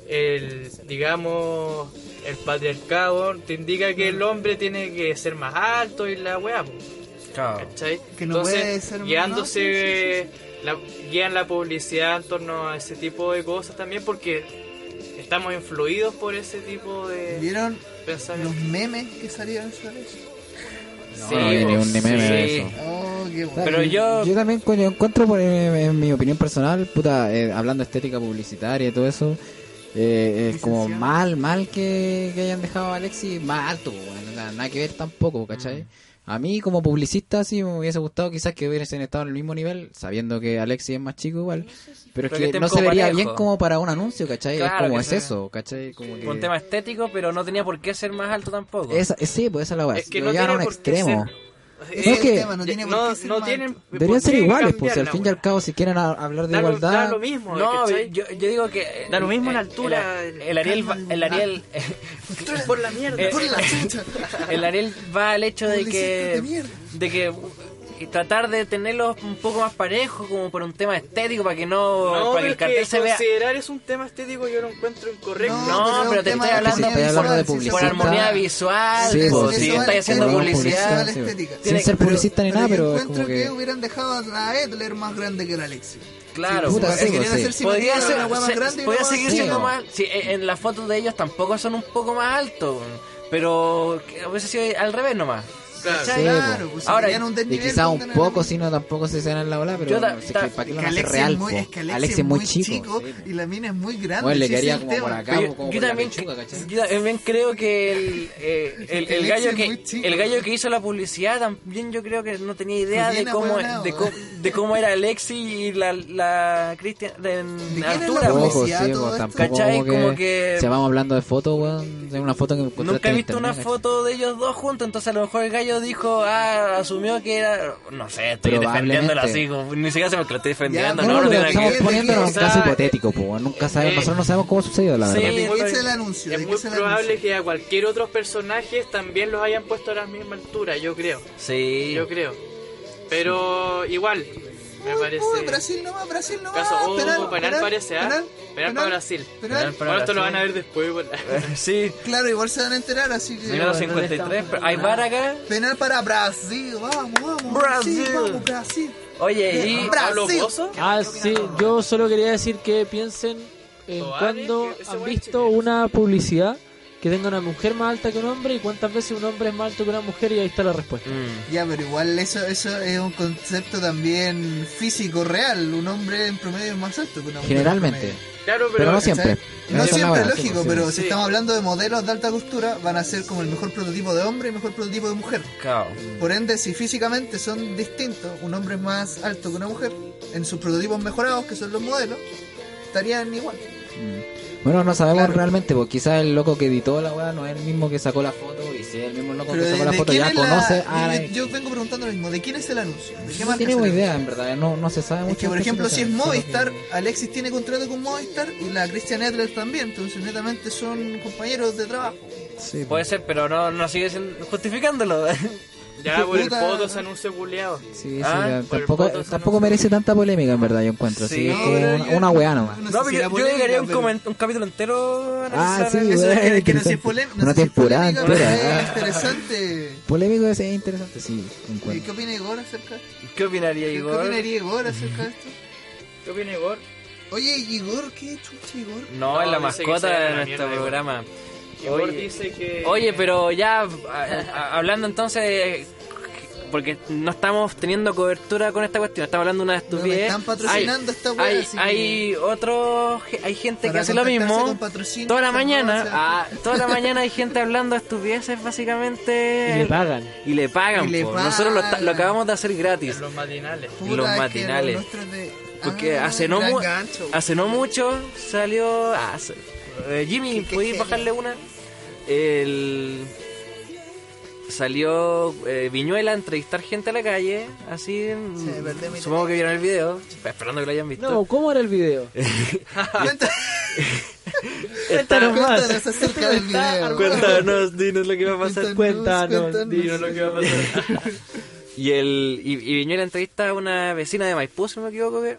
el, digamos, el patriarcado te indica que el hombre tiene que ser más alto y la weá, po,
Chao.
¿cachai?
Que no puede ser más-
guiándose,
no, sí,
la- guían la publicidad en torno a ese tipo de cosas también porque estamos influidos por ese tipo de
¿Vieron
pensamiento.
los memes que salieron sobre eso?
No,
Sí,
No, ni
pues,
un ni meme de
sí.
eso.
Oh, qué bueno.
Pero yo-
Yo también, coño, encuentro, por, eh, en mi opinión personal, puta, eh, hablando de estética publicitaria y todo eso, eh, es como
Licenciado.
mal, mal que, que hayan dejado a Alexis más alto, po, weón. Nada, nada que ver tampoco, ¿cachai? A mí, como publicista, sí me hubiese gustado quizás que hubiesen estado en el mismo nivel, sabiendo que Alexis es más chico igual, pero
Pero
es
que
que,
estén
no se
como
vería
parejo.
bien como para un anuncio, ¿cachai?
Claro
es como
que
es
sí.
eso, ¿cachai? Como que...
Fue un tema estético, pero no tenía por qué ser más alto tampoco.
Esa, eh, sí, pues esa es la weá.
Es que
Lo
no
llevan a un
tiene por qué
extremo.
ser- eh,
Ese
No,
es
que-
el tema, Eh, no tiene por qué ser
no
más
tienen
alto.
Deberían
por
ser
qué
iguales, pues, si al
cambiarla,
fin y al
weón.
cabo, si quieren a- hablar de
Da lo-
igualdad.
da lo mismo
No,
¿cachai?
yo, yo digo que... eh,
Da lo mismo la
el-
altura,
El, el Ariel... va- El Ariel...
por la mierda
Eh,
Por la chucha.
El Ariel va al hecho de
Publicistas de
que...
mierda.
De que... y tratar de tenerlos un poco más parejos como por un tema estético para que no,
no
para que
pero
el
es
cartel
que
se vea
considerar es un tema estético yo lo encuentro incorrecto
No,
es un
pero te
tema
estoy
de
hablando-
armonía
Si estoy hablando de
visual, sí,
por
publicista.
armonía visual,
Sí,
po,
sí,
si
sí,
estáis
Ah, sí,
haciendo
sí,
publicidad.
sí.
Sin
Tiene-
ser
pero-
publicista ni
Pero
nada,
yo
pero es
encuentro
como
que...
que.
hubieran dejado a Edler más grande que el Alexis.
Claro,
Puta,
pues,
sí,
es que
pues,
tiene-
sí.
si
podría
metieran
ser,
una hueá más
se-
grande y
podría
una hueá
seguir
más
siendo
chica.
más. sí, e, en en las fotos de ellos tampoco son un poco más altos, pero que hubiese sido al revés nomás.
Claro.
¿cachai?
Sí,
Claro,
po.
pues
Ahora,
si tenían un
Y
desnivel,
quizá un
tenían-
poco, si no, tampoco se será en la ola, pero
Yo ta-
no sé
ta-
que- para qué
Es que
lo van a hacer
Alexis
real.
es muy,
po.
es que Alexis
Alexis es muy chico. sí,
y la mina es muy grande.
Bueno, le
si ese es
quedaría
el
como por
tema.
acá.
Pero
como
yo,
por
yo
la
también,
pechuga, ¿cachai?
yo también creo que el, eh, el, el gallo
Alexis es muy
que
chico.
el gallo que hizo la publicidad también yo creo que no tenía idea
Fue
de
bien
cómo
ahueonado,
de, cómo- de cómo era Alexi y la la Cristian de
quién
en
es la
altura.
publicidad?
pues.
Ojo, sí,
publicidad, todo
pues,
esto.
tampoco
¿Cachai?
como que,
Como que-
Si vamos hablando de fotos, weón, de una foto que encontraste
Nunca he
en
visto una
internet,
foto de ellos dos juntos, entonces a lo mejor el gallo dijo, ah, asumió que era, no sé, estoy
Probablemente.
defendiéndolo así, como- ni siquiera se me lo estoy defendiendo,
Ya,
¿cachai?
no,
No,
no,
pero
tiene
estamos
nada
que-
poniéndonos un
que-
caso hipotético, po, weón, nunca sabemos,
eh,
nosotros no sabemos cómo sucedió, la
sí,
verdad.
¿De
muy-
qué es el anuncio?
es
¿De qué
muy
es el
probable
anuncio?
que a cualquier otro personaje también los hayan puesto a la misma altura yo creo
que- Sí,
yo creo pero igual me
Uy,
parece
uy, Brasil no va, Brasil no va.
caso oh,
penal,
penal, parece ¿ah?
penal,
penal, para Brasil
penal.
Penal. Para
bueno esto lo van a ver
Brasil.
después bueno.
sí,
Claro, igual se van a enterar, así que.
minuto 53, pero hay bar acá,
Penal para Brasil, vamos, vamos.
Brasil.
vamos, Brasil.
oye, y...
Bra-
Eh, Pablo
Brasil.
Pozo
Ah, sí, yo solo quería decir que piensen en
Toares,
cuando
que ese
han
weón
visto
chileno.
una publicidad que tenga una mujer más alta que un hombre y cuántas veces un hombre es más alto que una mujer y ahí está la respuesta.
Mm,
Ya, pero igual eso, eso es un concepto también físico real. Un hombre en promedio es más alto que una mujer. en
Generalmente,
promedio.
claro
pero no
pero
No,
siempre. Esa es la
siempre
weá,
es lógico,
sí,
pero
sí.
si
Sí.
estamos hablando de modelos de alta costura, van a ser como el mejor prototipo de hombre y el mejor prototipo de mujer.
cao.
Por ende, si físicamente son distintos, un hombre es más alto que una mujer, en sus prototipos mejorados, que son los modelos, estarían igual.
Mm. Bueno, no sabemos
Claro.
realmente, porque quizás el loco que editó la weá no es el mismo que sacó la foto, y si es el mismo loco
Pero
que
de,
sacó la
de
foto
quién
ya
es la-
conoce ah,
de-
eh. a la...
de- Yo vengo preguntando lo mismo, ¿de quién es el anuncio? ¿De qué
No
marca es
tenemos
el
idea, en verdad, ¿eh? no, no se sabe
anuncio?
mucho.
Es que,
de
por
esta
ejemplo, si es
situación,
Movistar,
solo que-
Alexis tiene contrato con Movistar y la Christian Edler también, entonces netamente son compañeros de trabajo.
Sí,
Puede ser, pero no, no sigue siendo, justificándolo.
ya por el
Puta.
foto se anunció culiado
Sí, sí,
Ah,
ya,
por el
tampoco,
voto, eso
tampoco
no-
merece tanta polémica, en verdad, yo encuentro.
Sí.
Sí, es
No,
como
pero
una,
yo-
una weá nomás.
no sé
No,
si
pero
la
yo, yo dedicaría
polémica,
un,
pero-
comen- un capítulo entero a
Ah,
analizar
sí,
eso.
weá,
que- que no sé si es
interesante.
polémica, no
Una
sé si es
temporada
polémica, pero
entera. ¿eh?
es interesante.
Polémico es es interesante, sí,
¿Y
encuentro.
¿Qué opina Igor acerca de esto?
¿Qué opinaría
¿Qué
Igor?
opinaría Igor acerca de esto?
¿qué opina Igor?
Oye, Igor, ¿qué chucha Igor?
No,
No,
es la
dice que
mascota
se haga
de
la
nuestro
mierda, Igor.
programa.
Igor
Oye.
dice que
Oye, pero ya a- a- hablando entonces, porque no estamos teniendo cobertura con esta cuestión, estamos hablando de una
No me
estupidez.
están patrocinando esta weá,
hay,
así que-
hay otro, hay gente que
Para
hace lo
contactarse
mismo.
con patrocinio,
Toda la
esta
mañana,
weá,
ah, toda la mañana hay gente hablando estupideces básicamente.
Y le pagan.
Y le pagan,
Y le
po. Nosotros lo, ta- lo
pagan. Ah,
acabamos de hacer gratis.
En los matinales.
Puta,
los
es que
matinales.
nuestros de-
Porque
Ah,
hace, no
gran
mu-
gancho, weón.
hace no mucho salió. ah, se- eh, Jimmy,
Qué- qué
¿podéis
genio.
bajarle una? El. Salió eh, Viñuela a entrevistar gente a la calle, así.
Se me perdió mi
supongo que vieron el video, esperando que lo hayan visto.
No, ¿cómo era el video?
Cuenta-
Cuéntanos
Cuéntanos
más.
acerca del video.
Cuéntanos, dinos lo que va a pasar.
Cuéntanos, dinos lo que va a pasar.
Y el y, y Viñuela entrevista a una vecina de Maipú, si no me equivoco, que-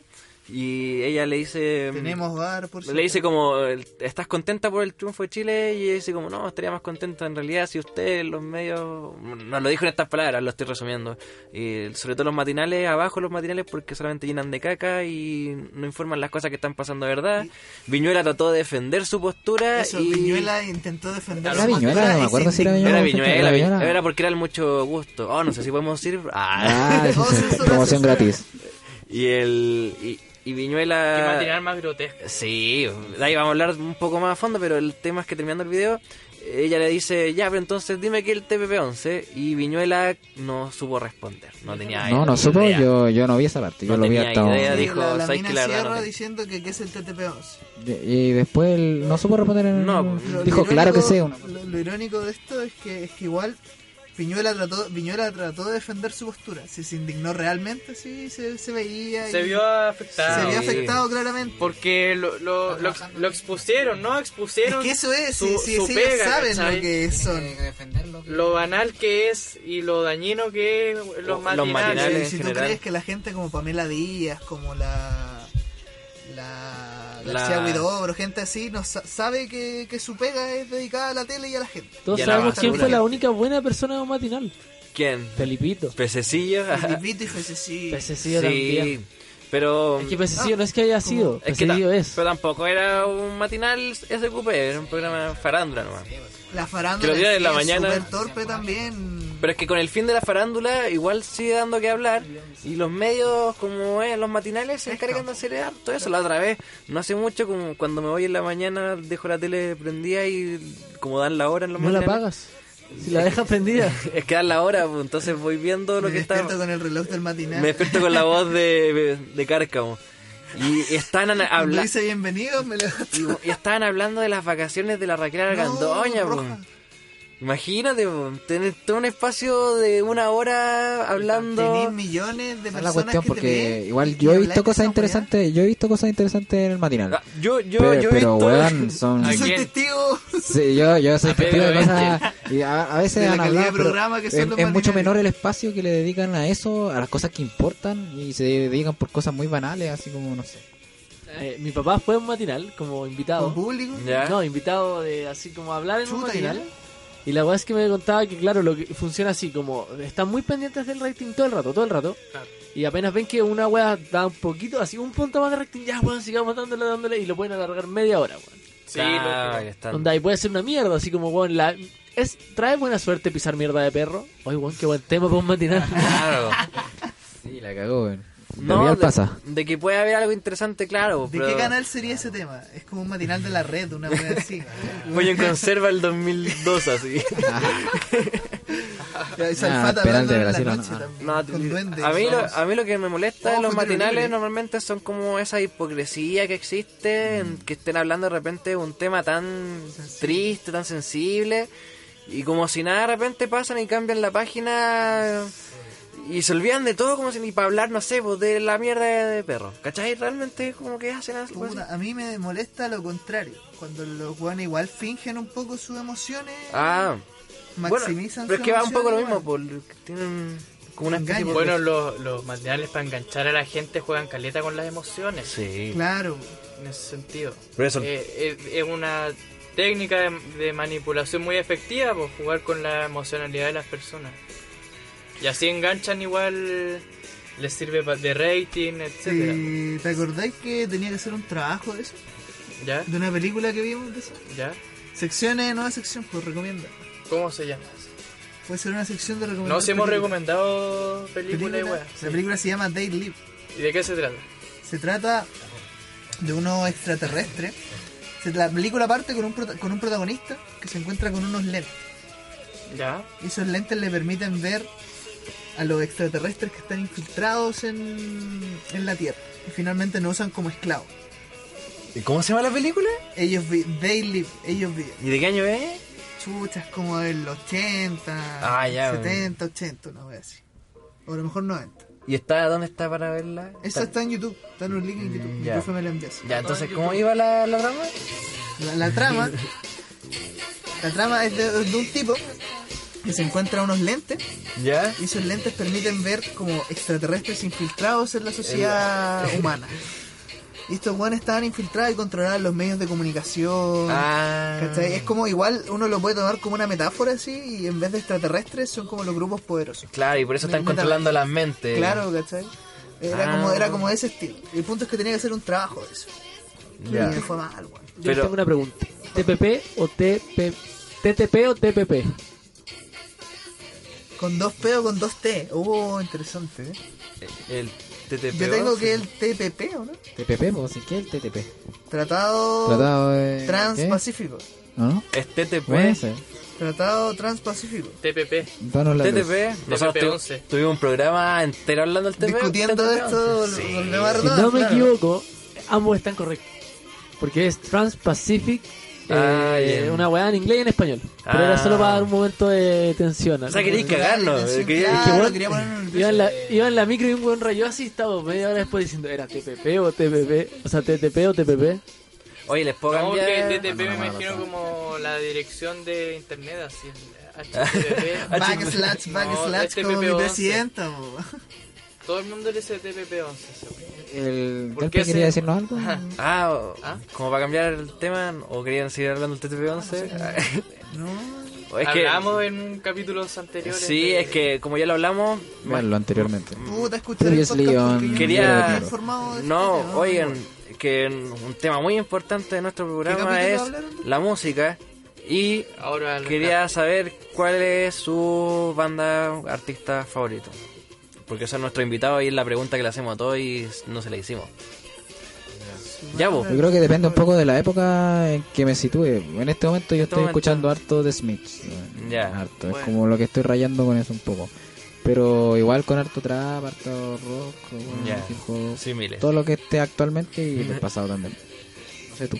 y ella le dice... mm,
Tenemos bar, por
Le dice como, ¿estás contenta por el triunfo de Chile? Y ella dice como, no, estaría más contenta en realidad si usted, los medios... Nos lo dijo en estas palabras, lo estoy resumiendo. Y sobre todo los matinales, abajo los matinales, porque solamente llenan de caca y no informan las cosas que están pasando de verdad. Viñuela trató de defender su postura
Eso,
y...
Viñuela intentó defender
¿Era
su
Viñuela?
postura
No me
y
acuerdo
se
si era
indignó.
Era
Viñuela.
Viñuela,
Era
Viñuela,
Viñuela.
era porque era el mucho gusto. Oh, no sé si podemos decir... Ah.
Ah, sí,
Oh,
sí,
sí, sí,
promoción
sí, sí.
gratis.
Y el. Y, y
Qué
Viñuela.
matinal más grotesco.
Sí, de ahí vamos a hablar un poco más a fondo, pero el tema es que terminando el video, ella le dice, ya, pero entonces dime que el TPP-11. Y Viñuela no supo responder. No tenía
No, no supo,
idea.
yo, yo no vi esa parte. Yo
No
lo vi
tenía
hasta.
idea.
Sí,
dijo,
la, la
¿sabes
mina
qué? La verdad no
Sierra
te-
diciendo que qué es el TTP-11.
Y después él no supo responder en.
No,
Lo-
dijo,
lo
claro que
irónico-
sí. una-
Lo, lo irónico de esto es que, es que igual Viñuela trató, Viñuela trató de defender su postura. Si se indignó realmente, sí, se, se veía. y-
Se vio afectado.
se vio
Sí.
afectado claramente.
Porque lo, lo, lo, lo expusieron, ¿no?
Es
Expusieron
que eso es,
su-
si, si,
su
si ellos
pega,
saben
¿cachai?
lo que son.
lo banal que es y lo dañino que es
Los
los matinales.
matinales.
si
en
tú
general.
crees que la gente como Pamela Díaz, como la. La.
La-
García Huidobro, gente así, no sa- sabe que, que su pega es dedicada a la tele y a la gente.
Todos
Y a la
sabemos quién
basura.
fue la única buena persona de un matinal.
¿Quién?
Felipito.
¿Pececillo?
Felipito y Fececillo.
Pues
Pececillo también.
sí, pero...
Es que Pececillo no es que haya sido,
Ah, es que ta-
Pececillo es.
Pero tampoco era un matinal SQP, era un programa farándula nomás.
La
Que
farándula
los días de
sí
la
es
mañana-
súper torpe también.
Pero es que con el fin de la farándula igual sigue dando que hablar y los medios como es, los matinales se encargan de hacer todo eso. La otra vez, no hace mucho, como cuando me voy en la mañana dejo la tele prendida y como dan la hora en los
No la
matinales.
pagas. Si la dejas prendida.
Es que dan la hora, pues, entonces voy viendo lo
me
que está...
despierto con el reloj del matinal.
Me despierto con la voz de, de Cárcamo. Y están ana-
Cuando
habla-
dice bienvenido, me levanto.
y- y estaban hablando de las vacaciones de la Raquel Argandoña,
No,
pues.
roja.
Imagínate, po, tener todo un espacio de una hora
Tenís
hablando.
millones de
Esa
personas
es la cuestión,
que te
porque
ven y-
igual
y
yo he
habláis de
visto cosas
esa
interesantes. Yo he visto cosas interesantes en el
Ah,
matinal.
Yo, yo,
Pero,
yo he
pero,
visto-
weón, son.
weá. Yo soy
Bien.
testigo.
Sí, yo, yo soy testigo de
Pedro
cosas. Y a, a veces
De la
han
calidad
hablado,
de
pero
programa que son
es,
los
es mucho
matinales.
menor el espacio que le dedican a eso, a las cosas que importan y se dedican por cosas muy banales, así como, no sé.
Eh, mi papá fue a un matinal como
Con
invitado.
público.
Ya.
No, invitado de así como a hablar en un
Chuta,
matinal. Y la verdad es que me contaba que, claro, lo que funciona así, como están muy pendientes del rating todo el rato, todo el rato.
Claro.
Y apenas ven que una wea da un poquito, así un punto más de rating, ya, weón, sigamos dándole, dándole, y lo pueden alargar media hora, weón.
Sí,
Ah,
lo-
ahí están.
Onda, y puede ser una mierda, así como, weón, la... Es, trae buena suerte pisar mierda de perro. Oye, weón, qué buen tema para un matinal.
Claro.
Sí, la cagó, weón.
No,
No,
de,
pasa.
de que puede haber algo interesante, claro.
¿De
pero-
qué canal sería ese tema? Es como un matinal de la red, una wea así.
Pollo en conserva el 2002, así.
Es
Ah,
Alfata
Penal
hablando
de
en la
Brasil,
noche
no, ah.
también,
No,
con duendes.
a, mí lo,
Vamos.
a mí lo que me molesta de
Vamos,
los
futuro
matinales
libre.
normalmente son como esa hipocresía que existe, en que estén hablando de repente de un tema tan triste, tan sensible, y como si nada de repente pasan y cambian la página y se olvidan de todo, como si ni para hablar, no sé, pues, de la mierda de perro. ¿Cachai? Realmente como que hacen algo así. pues.
Puta, a mí me molesta lo contrario. Cuando los weones igual fingen un poco sus emociones,
Ah, bueno,
maximizan
pero es
sus
que va un poco lo
emociones,
mismo,
weón.
por, tienen como una
Engaño.
especie de-
Bueno, los, los matinales para enganchar a la gente juegan caleta con las emociones.
Sí.
Claro,
En ese sentido.
Por eso-
Eh, es, es una técnica de, de manipulación muy efectiva, por jugar con la emocionalidad de las personas. Y así enganchan igual, les sirve pa- de rating, etcétera
Eh, ¿te acordáis que tenía que hacer un trabajo de eso?
¿Ya?
De una película que vimos de eso.
¿Ya?
Secciones, nueva sección, pues recomienda.
¿Cómo se llama?
Puede ser una sección de recomendaciones.
No, si hemos recomendado películas y
película,
weas.
La película se llama Day Live.
¿Y de qué se trata?
Se trata de uno extraterrestre. Se- La película parte con un, prota- con un protagonista que se encuentra con unos lentes.
Ya.
Y esos lentes le permiten ver a los extraterrestres que están infiltrados en, en la Tierra. Y finalmente nos usan como esclavos.
¿Y cómo se llama la película?
Ellos vi They live, ellos viven.
¿Y de qué año es?
Chuchas como del 80,
Ah, ya,
70, 80, una vez así. O a lo mejor 90.
¿Y está dónde está para verla?
Eso está en YouTube, está en un link en YouTube.
Mm,
Mi
ya.
profe me lo envió así.
Ya, entonces, ¿cómo iba la, la trama?
La, la trama. La trama es de, de un tipo que se encuentra unos lentes
Ya.
y esos lentes permiten ver como extraterrestres infiltrados en la sociedad humana. Y estos guanes estaban infiltrados y controlaban los medios de comunicación.
Ah.
¿cachai? Es como igual uno lo puede tomar como una metáfora así y en vez de extraterrestres son como los grupos poderosos.
Claro, y por eso están
Meta-
controlando las mentes.
Claro, ¿cachai? Era,
Ah.
como, era como de ese estilo. El punto es que tenía que hacer un trabajo de eso.
Ya.
Y me fue mal, weón.
Yo
Pero-
les tengo una pregunta. ¿TPP o TP... TTP o TPP?
Con dos P o con dos T. Oh, interesante. ¿eh?
El TTP.
Yo tengo que el TPP, ¿o no?
TPP, pues, ¿qué es el TTP?
Tratado,
Tratado
¿eh?
de...
Transpacífico.
¿No? no?
Es TTP.
Bueno, ese.
Tratado Transpacífico.
TPP.
Danos la luz.
TTP. Nosotros
TTP
tu-
11.
tuvimos un programa entero hablando del TTP.
Discutiendo
TTP.
esto,
Sí.
los demás
Si no me
claro.
equivoco, ambos están correctos. Porque es Trans-Pacific, eh,
Ah, bien.
una weá en inglés y en español. Pero era
Ah.
solo para dar un momento de tensión.
O sea, queréis cagarnos. eh,
Claro,
queríais-
claro,
que bueno-
quería poner un-
Iba en, la, iba en la micro y un buen rayo así estaba media hora después diciendo era TPP o TPP, o sea, TTP o TPP.
Oye, les puedo
No, porque
cambiar.
TTP me imagino como la dirección de internet, así. HTTP.
Backslash,
Ah,
backslash,
No, este
como mi
pues.
TPP-11.
Este
presidenta, po.
Todo el mundo le dice TPP 11, según yo.
El
¿Por
Galpe
qué
quería
se-
decirnos algo.
Ah, o-
¿Ah?
como para cambiar el tema, o querían seguir hablando del TTP-11.
No,
O es que-
Hablamos en capítulos anteriores.
Sí,
de-
es que como ya lo hablamos, más-
Bueno, lo anteriormente.
puta, escuchar el
Previously
podcast
on-
porque yo no
Quería-
estoy informado de
No,
este tema.
oigan, que un tema muy importante de nuestro programa
capítulo
es
hablaron?
la música y
Ahora al
quería saber cuál es su banda artista favorito. Porque son nuestros invitados y es la pregunta que le hacemos a todos y no se la hicimos. Ya vos.
Yo creo que depende un poco de la época en que me sitúe. En este momento
este
yo estoy
momento.
escuchando harto de Smith.
Ya.
Harto.
Bueno.
Es como lo que estoy rayando con eso un poco. Pero igual con harto trap, harto rock, bueno,
Ya.
hip hop,
Sí, miles.
todo lo que esté actualmente y del pasado también. No sé tú.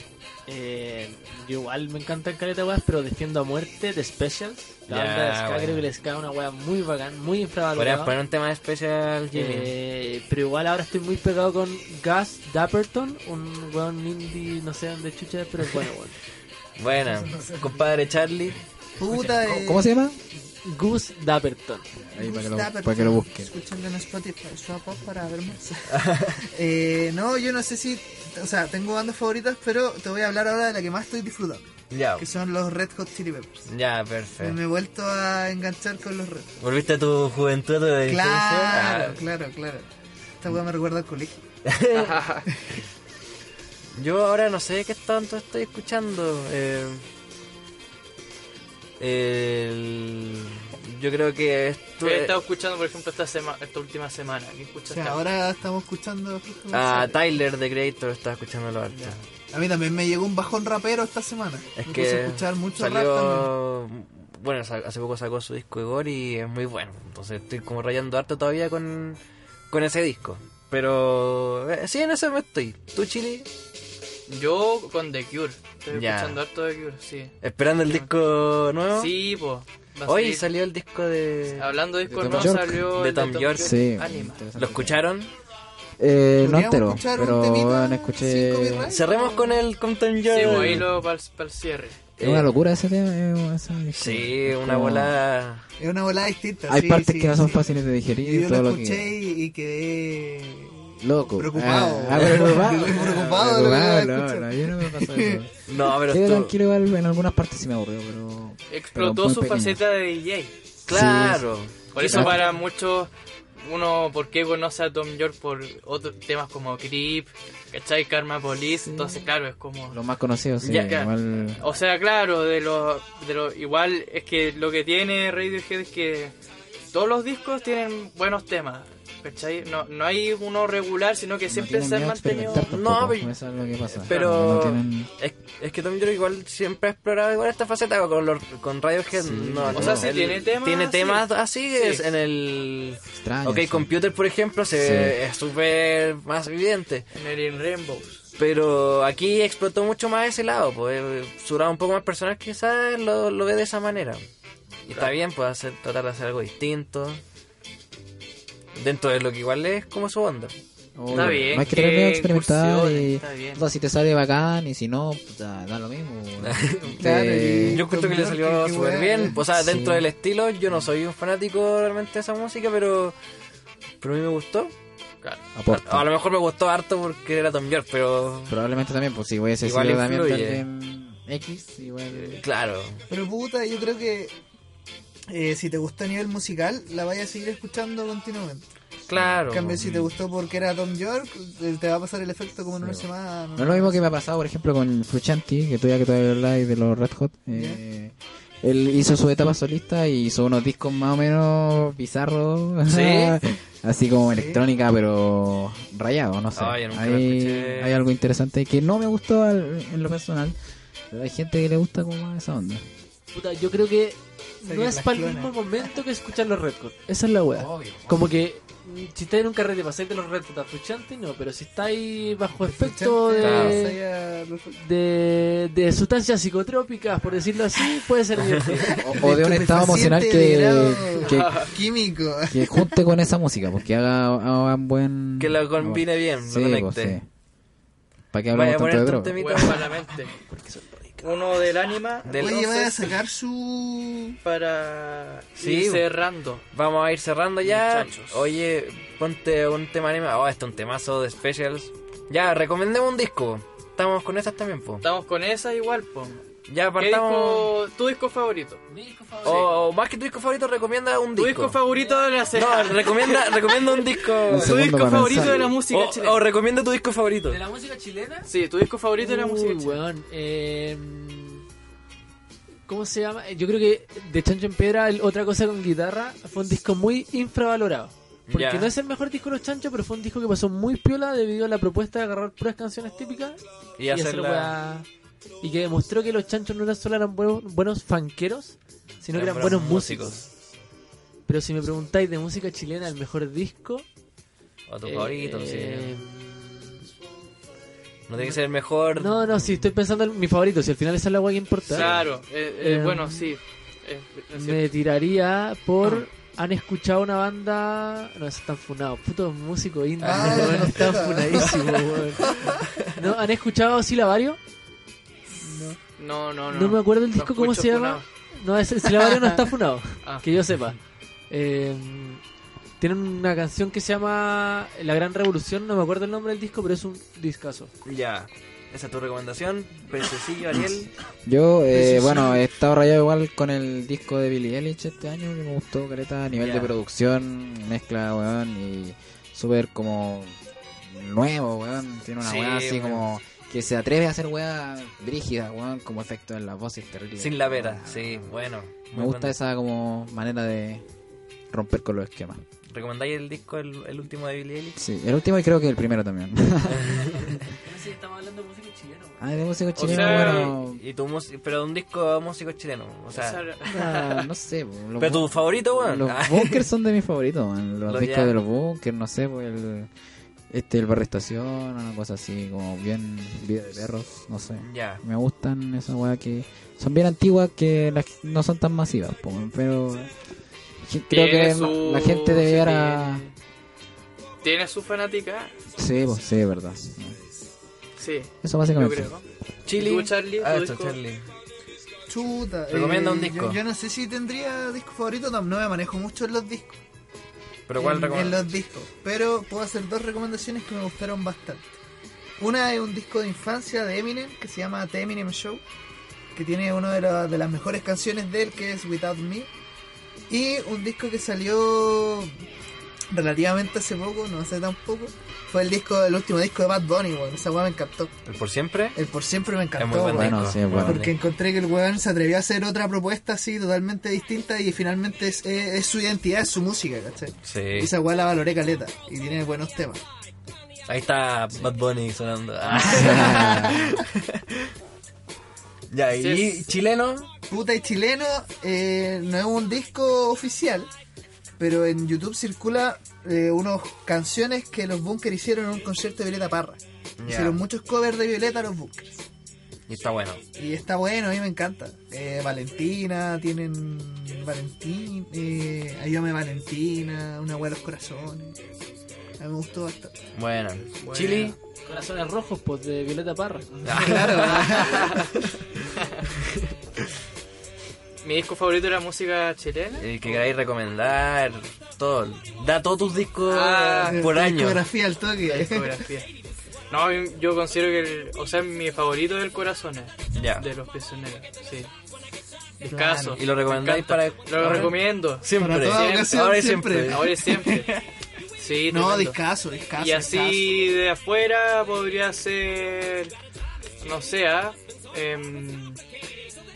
Eh, yo igual me encantan caleta weas, pero defiendo a muerte de Specials. La
Ya,
banda de Ska,
bueno.
creo que les Ska es una wea muy bacán, muy
Podrías
infravalorada.
poner un tema especial, Jimmy.
Eh, pero igual ahora estoy muy pegado con Gus Dapperton, un weón indie, no sé dónde chucha, pero es bueno, weón.
Bueno, compadre Charlie.
Puta, eh,
¿Cómo se llama?
Gus Dapperton.
Ahí para que lo,
Está,
para que lo
pero
busquen.
Escuchando en Spotify, Swap Up para ver más. Eh, no, yo no sé si. O sea, tengo bandas favoritas, pero te voy a hablar ahora de la que más estoy disfrutando,
Ya.
que son los Red Hot Chili Peppers.
Ya,
Me
perfecto.
he vuelto a enganchar con los Red.
¿Volviste a tu juventud a tu adolescencia?
Claro,
Ah,
claro, claro. Esta weá me recuerda al colegio.
Yo ahora no sé qué tanto estoy escuchando. eh, el- yo creo que
Yo he
estuve
estado escuchando, por ejemplo, esta, sema- esta última semana. ¿Qué
O
escuchaste?
sea, ahora estamos escuchando.
a Tyler de Creator estaba escuchando lo harto.
A mí también me llegó un bajón rapero esta semana.
Es
me puse
que
a escuchar mucho rap también.
salió bueno, sa- hace poco sacó su disco Igor y es muy bueno. Entonces estoy como rayando harto todavía con, con ese disco. Pero eh, sí, en eso me estoy. ¿Tú, Chile?
Yo con The Cure. Estoy
Ya.
escuchando harto The Cure, sí.
¿Esperando el disco nuevo?
Sí, po. Va a
Hoy
salir-
salió el disco de...
Hablando de discos
Tom
nuevos,
York.
salió
De
el
Tom York.
Sí.
Anima.
¿Lo escucharon?
Eh, no
Podríamos
entero,
escuchar un
pero
temita
bueno,
sin
escuché...
copyright.
Cerremos con el Compton York.
Sí, po, ahí lo para el cierre.
Es una locura ese tema. eh, esa disco.
Sí,
Es
una
como-
bola.
Es una volada distinta.
Hay
sí,
partes
sí,
que no son
sí.
fáciles de digerir y
Yo
todo
lo
lo,
escuché
que...
y, y quedé.
Loco.
Preocupado.
Ah, ah, preocupado.
Estoy preocupado de lo que voy
Preocupado,
a
no, no, yo no me pasó eso.
No, pero
Quedé
esto-
tranquilo igual, en algunas partes sí me aburrió, pero...
Explotó
muy
su
pequeño.
faceta de DJ.
Claro.
Por eso
Quizás-
para muchos uno, ¿por qué conoce a Tom York por otros temas como Creep, ¿cachai? Karma Police, entonces claro, es como...
Los más conocidos, sí.
Ya, ya.
igual-
O sea, claro, de los de lo, igual es que lo que tiene Radiohead es que todos los discos tienen buenos temas, ¿cachai? No, no hay uno regular, sino que
no
siempre
tienen
se han
miedo a
mantenido...
experimentar
No,
tampoco,
pero-
pues, eso es lo que pasa.
pero-
No tienen-
Es, es que Tom York igual siempre ha explorado igual esta faceta con, los- con Radiohead. no,
O sea,
no,
sí
él
tiene temas
Tiene
así.
temas así
Sí.
es en el.
Extraño,
ok,
sí.
Computer, por ejemplo, se
Sí.
es súper más evidente.
En el In Rainbows.
Pero aquí explotó mucho más ese lado. Pues, eh, su lado un poco más personal, quizás lo, lo ve de esa manera. Y está bien, pues hacer, tratar de hacer algo distinto. Dentro de lo que igual es como su onda.
Obvio,
Está bien,
No hay que tener miedo a
que
experimentar.
incursiones,
Y,
está bien.
o sea, si te sale bacán y si no, puta, da lo mismo.
Claro,
Te-
y-
Yo creo que le salió
Qué
súper
weá.
bien. O sea,
Sí.
dentro del estilo, yo no soy un fanático realmente de esa música, pero. Pero a mí me gustó.
Claro.
aporta.
A lo mejor me gustó harto porque era Tom York, pero.
Probablemente también, pues si voy a ese
Igual
estilo también,
influye.
también X, igual.
Claro.
Pero puta, yo creo que eh, si te gustó a nivel musical, la vayas a seguir escuchando continuamente.
Claro.
En cambio, si
mm.
te gustó porque era Tom York, eh, te va a pasar el efecto como en una semana.
No es lo mismo que me ha pasado, por ejemplo, con Fruchanti, que tú ya que todavía habláis de los Red Hot. eh, él hizo su etapa solista y hizo unos discos más o menos bizarros.
Sí.
Así como electrónica, pero rayado, no sé.
Ay, nunca lo
hay,
escuché.
hay algo interesante que no me gustó al- en lo personal. Pero hay gente que le gusta como más esa onda.
Puta, yo creo que no
que
es
las Oh.
para el
clonas.
mismo momento que escuchar los Red Hot. Esa es la weá. Como que mm, si estáis en un carrete, pasáis de los Red Hot a Fruchante, no, pero si estáis bajo efecto de, de, de sustancias psicotrópicas, por decirlo así, puede ser divertido.
O, o de un estado emocional que, que,
Químico.
que junte con esa música, porque haga, haga un buen. Ah,
Que la combine bien, lo conecte.
pues, ¿Para qué
Vaya a
hablamos tanto
poner
de
tu
droga?
temita.
Huevos para la mente. Uno del ánima
Del-
Oye,
entonces,
vaya a sacar su.
para
Sí,
ir
bo.
cerrando.
Vamos a ir cerrando ya.
Muchachos.
Oye, ponte un tema anime. Oh, este es un temazo de specials. Ya, recomendemos un disco. Estamos con esas también, po.
Estamos con esa igual, po.
Ya
¿Qué
partamos.
disco- tu disco favorito?
O o más que tu disco favorito, recomienda un
Tu
disco.
disco favorito de la
No,
semana.
recomienda, recomienda un disco.
Un
tu
segundo
disco
para
favorito
pensar.
de la música
Oh,
O-
chilena.
o recomienda tu disco favorito.
la música chilena?
Sí, tu disco favorito de la música
Uy,
chilena.
weón, eh, ¿Cómo se llama? Eh, Yo creo que De Chancho en Piedra, el- otra cosa con guitarra, fue un disco muy infravalorado. Porque
Ya.
no es el mejor disco de los chanchos, pero fue un disco que pasó muy piola debido a la propuesta de agarrar puras canciones típicas
Y,
y, hacer
hacerla.
weá. y que demostró que los chanchos no eran solo eran buenos, buenos fanqueros, sino que
Eran
eran
buenos
buenos músicos. Pero si me preguntáis de música chilena, el mejor disco.
O tu
eh,
favorito,
eh,
sí. No tiene que ser el mejor.
No, no, si estoy pensando en mi favorito, si al final esa es la weá que importa.
Claro, eh, eh,
Eh,
bueno, sí. Eh, es cierto.
Me tiraría por. Han escuchado una banda. No, están funados. Putos músicos indios.
Ah,
weón, están
puta.
funadísimos, weón. ¿No? ¿Han escuchado Silabario?
No, no, no.
No, me acuerdo el
No
disco cómo
escucho
se llama. No, es, Silabario no está funado.
Ah.
Que yo sepa. Eh, tienen una canción que se llama La Gran Revolución. No me acuerdo el nombre del disco, pero es un discazo.
Ya. Esa es tu recomendación. Preciosillo, Ariel.
Yo, eh,
Precisión.
bueno, he estado rayado igual con el disco de Billie Eilish este año, que me gustó, careta, a nivel
Ya.
de producción, mezcla, weón, y súper como nuevo, weón. Tiene una
Sí,
weá así
weón.
como que se atreve a hacer weá brígida, weón, como efecto en las voces terribles.
Sin la vera. Sí, bueno.
Me
muy
gusta
bueno.
esa como manera de romper con los esquemas.
¿Recomendáis el disco, el, el último de Billie Eilish?
Sí, el último y creo que el primero también.
Ah, estamos hablando de música chilena.
ah, de música
O
chilena,
sea,
bueno.
Y tu mus- pero un disco músico chileno. O sea,
Esa-
puta, ah, no sé, po, los
pero tu
bu-
favorito, weón.
Los
Ah,
bunkers son de mis favoritos, man. Los
Los
discos
ya.
de los bunkers, no sé, pues el. Este, el barrio estación, una cosa así, como bien. Vida de perros, no sé.
ya.
Me gustan esas weas que. Son bien antiguas que las- no son tan masivas, po, pero. je- Creo
Tiene
que
su-
la gente
sí,
debiera.
tiene- Tiene su fanática.
Sí, pues, sí, es verdad.
Sí,
Eso
yo
básicamente.
creo.
Chili.
¿Y tú, Charlie?
Ah,
¿Tu
esto,
disco?
Charlie.
Chuta. eh,
Recomienda un disco.
Yo, yo no sé si tendría disco favorito, no, no me manejo mucho en los discos.
Pero cuál
en, en
recomiendas?
los discos. Pero puedo hacer dos recomendaciones que me gustaron bastante. Una es un disco de infancia de Eminem que se llama The Eminem Show, que tiene una de, la- de las mejores canciones de él que es Without Me. Y un disco que salió relativamente hace poco, no hace tan poco, fue el disco, el último disco de Bad Bunny, weón. Esa weá me encantó.
¿El por siempre?
El por siempre me encantó,
es muy buen
weón.
Bueno,
disco.
sí, es bueno.
Porque encontré que el weón se atrevió a hacer otra propuesta así totalmente distinta y finalmente es, es- es su identidad, es su música, ¿cachai?
Sí.
Esa weá la valoré caleta y tiene buenos temas.
Ahí está Bad Bunny sonando. Ah. ya, y
Así es.
chileno.
Puta y chileno eh, no es un disco oficial, pero en YouTube circula eh, unas canciones que los Bunkers hicieron en un concierto de Violeta Parra.
Ya.
Hicieron muchos covers de Violeta los Bunkers.
Y está bueno.
Y está bueno, a mí me encanta. Eh, Valentina, tienen Valentín, eh, Ayúdame Valentina, Una hueá de los corazones. A mí me gustó bastante.
Bueno. Chile.
Corazones rojos, pues, de Violeta Parra.
Mi disco favorito era música
Eh,
chilena.
El que queráis recomendar. Todo. Da todos tus discos
Ah,
por
La
año.
Eh, Discografía al
La
toque.
discografía. No, yo considero que, el- o sea, mi favorito es el corazón
Ya.
de los prisioneros. Sí.
Claro.
Descaso.
¿Y lo recomendáis
me encanta.
para-
Lo recomiendo.
Siempre.
Para toda
Siempre.
ocasión,
Ahora y
siempre.
siempre.
Ahora y siempre. Sí,
No,
tremendo.
discaso, discaso.
Y así de afuera podría ser, no sé, ah, em,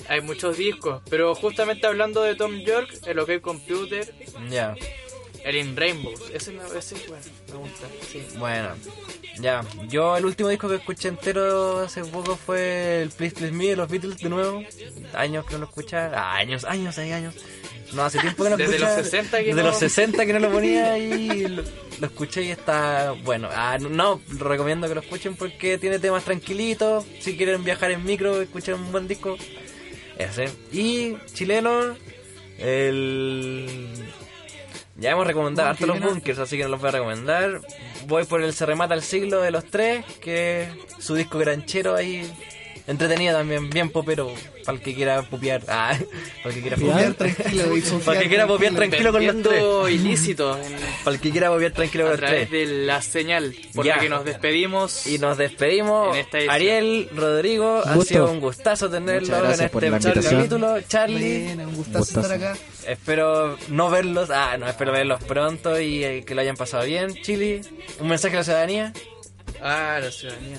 hay muchos discos, pero justamente hablando de Tom York, el OK Computer,
Ya.
el In Rainbows, ese, me, ese bueno, me gusta, sí.
Bueno. Ya. Yo el último disco que escuché entero hace poco fue el Please Please Me de los Beatles de nuevo. Años que no lo escuchaba. Ah, años, años, hay años. No, hace tiempo que no
Desde
escuchaba.
los 60 que
Desde
no-
los 60 que no lo ponía y lo, lo escuché y está bueno. Ah, no, lo recomiendo que lo escuchen porque tiene temas tranquilitos. Si quieren viajar en micro, escuchar un buen disco. Ese. Y chileno, el. Ya hemos recomendado harto los bunkers, así que no los voy a recomendar. Voy por el Se Remata el Siglo de los Tres, que es su disco granchero ahí. Entretenido también, bien popero, para el que quiera pupear. Ah, para el que quiera
Copiar
pupear.
tranquilo. y
Para el que quiera
confiar
pupear tranquilo con los tres.
Vendiendo ilícito en-
Para el que quiera volver tranquilo
a
con los
través
tres.
de la señal, por
Ya.
la que nos despedimos.
Y nos despedimos.
En esta edición.
Ariel, Rodrigo, ha
Gusto.
sido un gustazo tenerlo
Muchas
en
gracias
este
por la invitación.
capítulo. Charlie,
Buena, un gustazo estar acá.
espero no verlos. Ah, no, espero verlos pronto y eh, que lo hayan pasado bien. Chili, un mensaje a la ciudadanía.
Ah, la ciudadanía.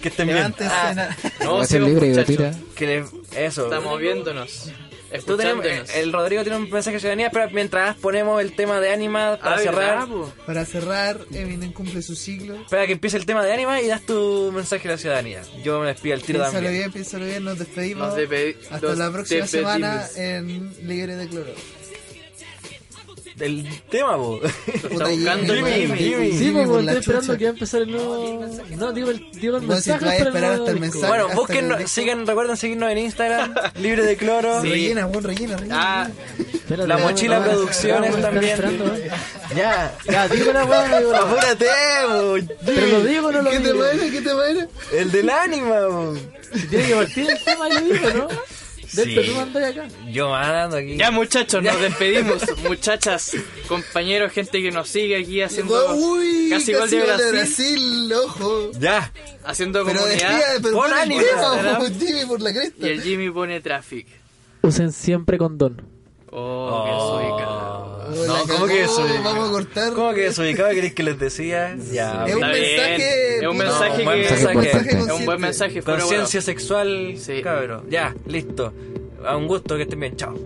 Que estén bien.
Levántense.
Ah,
na-
Va
No,
a ser
sigo,
libre y
muchachos.
gratuita.
que le- eso.
Estamos viéndonos,
Tú tenemos-
escuchándonos.
el Rodrigo tiene un mensaje a la ciudadanía, pero mientras ponemos el tema de Anima para
Ah,
cerrar.
¿verdad, po?
Para cerrar, Eminem cumple su siglo.
Espera que empiece el tema de Anima y das tu mensaje a la ciudadanía. Yo me despido al tiro
Piénsalo
también.
bien, piénsalo bien, nos despedimos.
Nos despedi-
Hasta
nos
la próxima
despedimos.
semana en Libre de Cloro.
El tema, pues. po.
Puta,
buscando Jimmy,
weón,
Jimmy.
Sí, pues,
por
bueno,
la
estoy esperando
chucha.
que va a empezar el nuevo... No, digo el, digo el
Bueno, si
mensaje
tú vas a
para el
esperar
nuevo
hasta el
disco.
mensaje.
Bueno,
Hasta que
busquen,
nos
sigan, recuerden seguirnos en Instagram, libre de cloro.
Rellena, buen rellena, rellena.
Ah,
Espérate,
La
no,
mochila
no, no,
producciones
no, no,
también.
están esperando, ¿eh?
Ya.
Ya, digo la weá, no digo la weá.
Apúrate, bo.
Pero lo digo o no lo
¿Qué te
digo.
parece? ¿Qué te parece?
el del pues. ánima. bo.
Si tiene que partir el tema, yo digo, ¿no? Delta,
Sí.
tú mandas acá.
Yo mando aquí.
Ya muchachos, nos despedimos, muchachas, compañeros, gente que nos sigue aquí haciendo
Uy,
casi igual de
gol
Brasil,
Brasil, ojo.
Ya.
haciendo
Pero
comunidad.
despida, pero
Pon
pon el
ánimo,
tema,
ah, ¿verdad?
po, Jimmy, por la cresta.
Y el Jimmy pone traffic.
Usen siempre condón.
Oh, qué desubicado.
Oh,
No,
la
¿cómo que
cagó,
desubicado?
Vamos a cortar.
¿Cómo que desubicado queréis que les decía? Ya.
Es un
bo.
Está bien,
mensaje.
es un
puta,
mensaje
que-
mensaje
Es un
consciente.
Es un buen mensaje, fuera
Conciencia sexual,
Sí.
cabrón. Ya, listo. A un gusto que estén bien. Chao.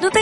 ¿No te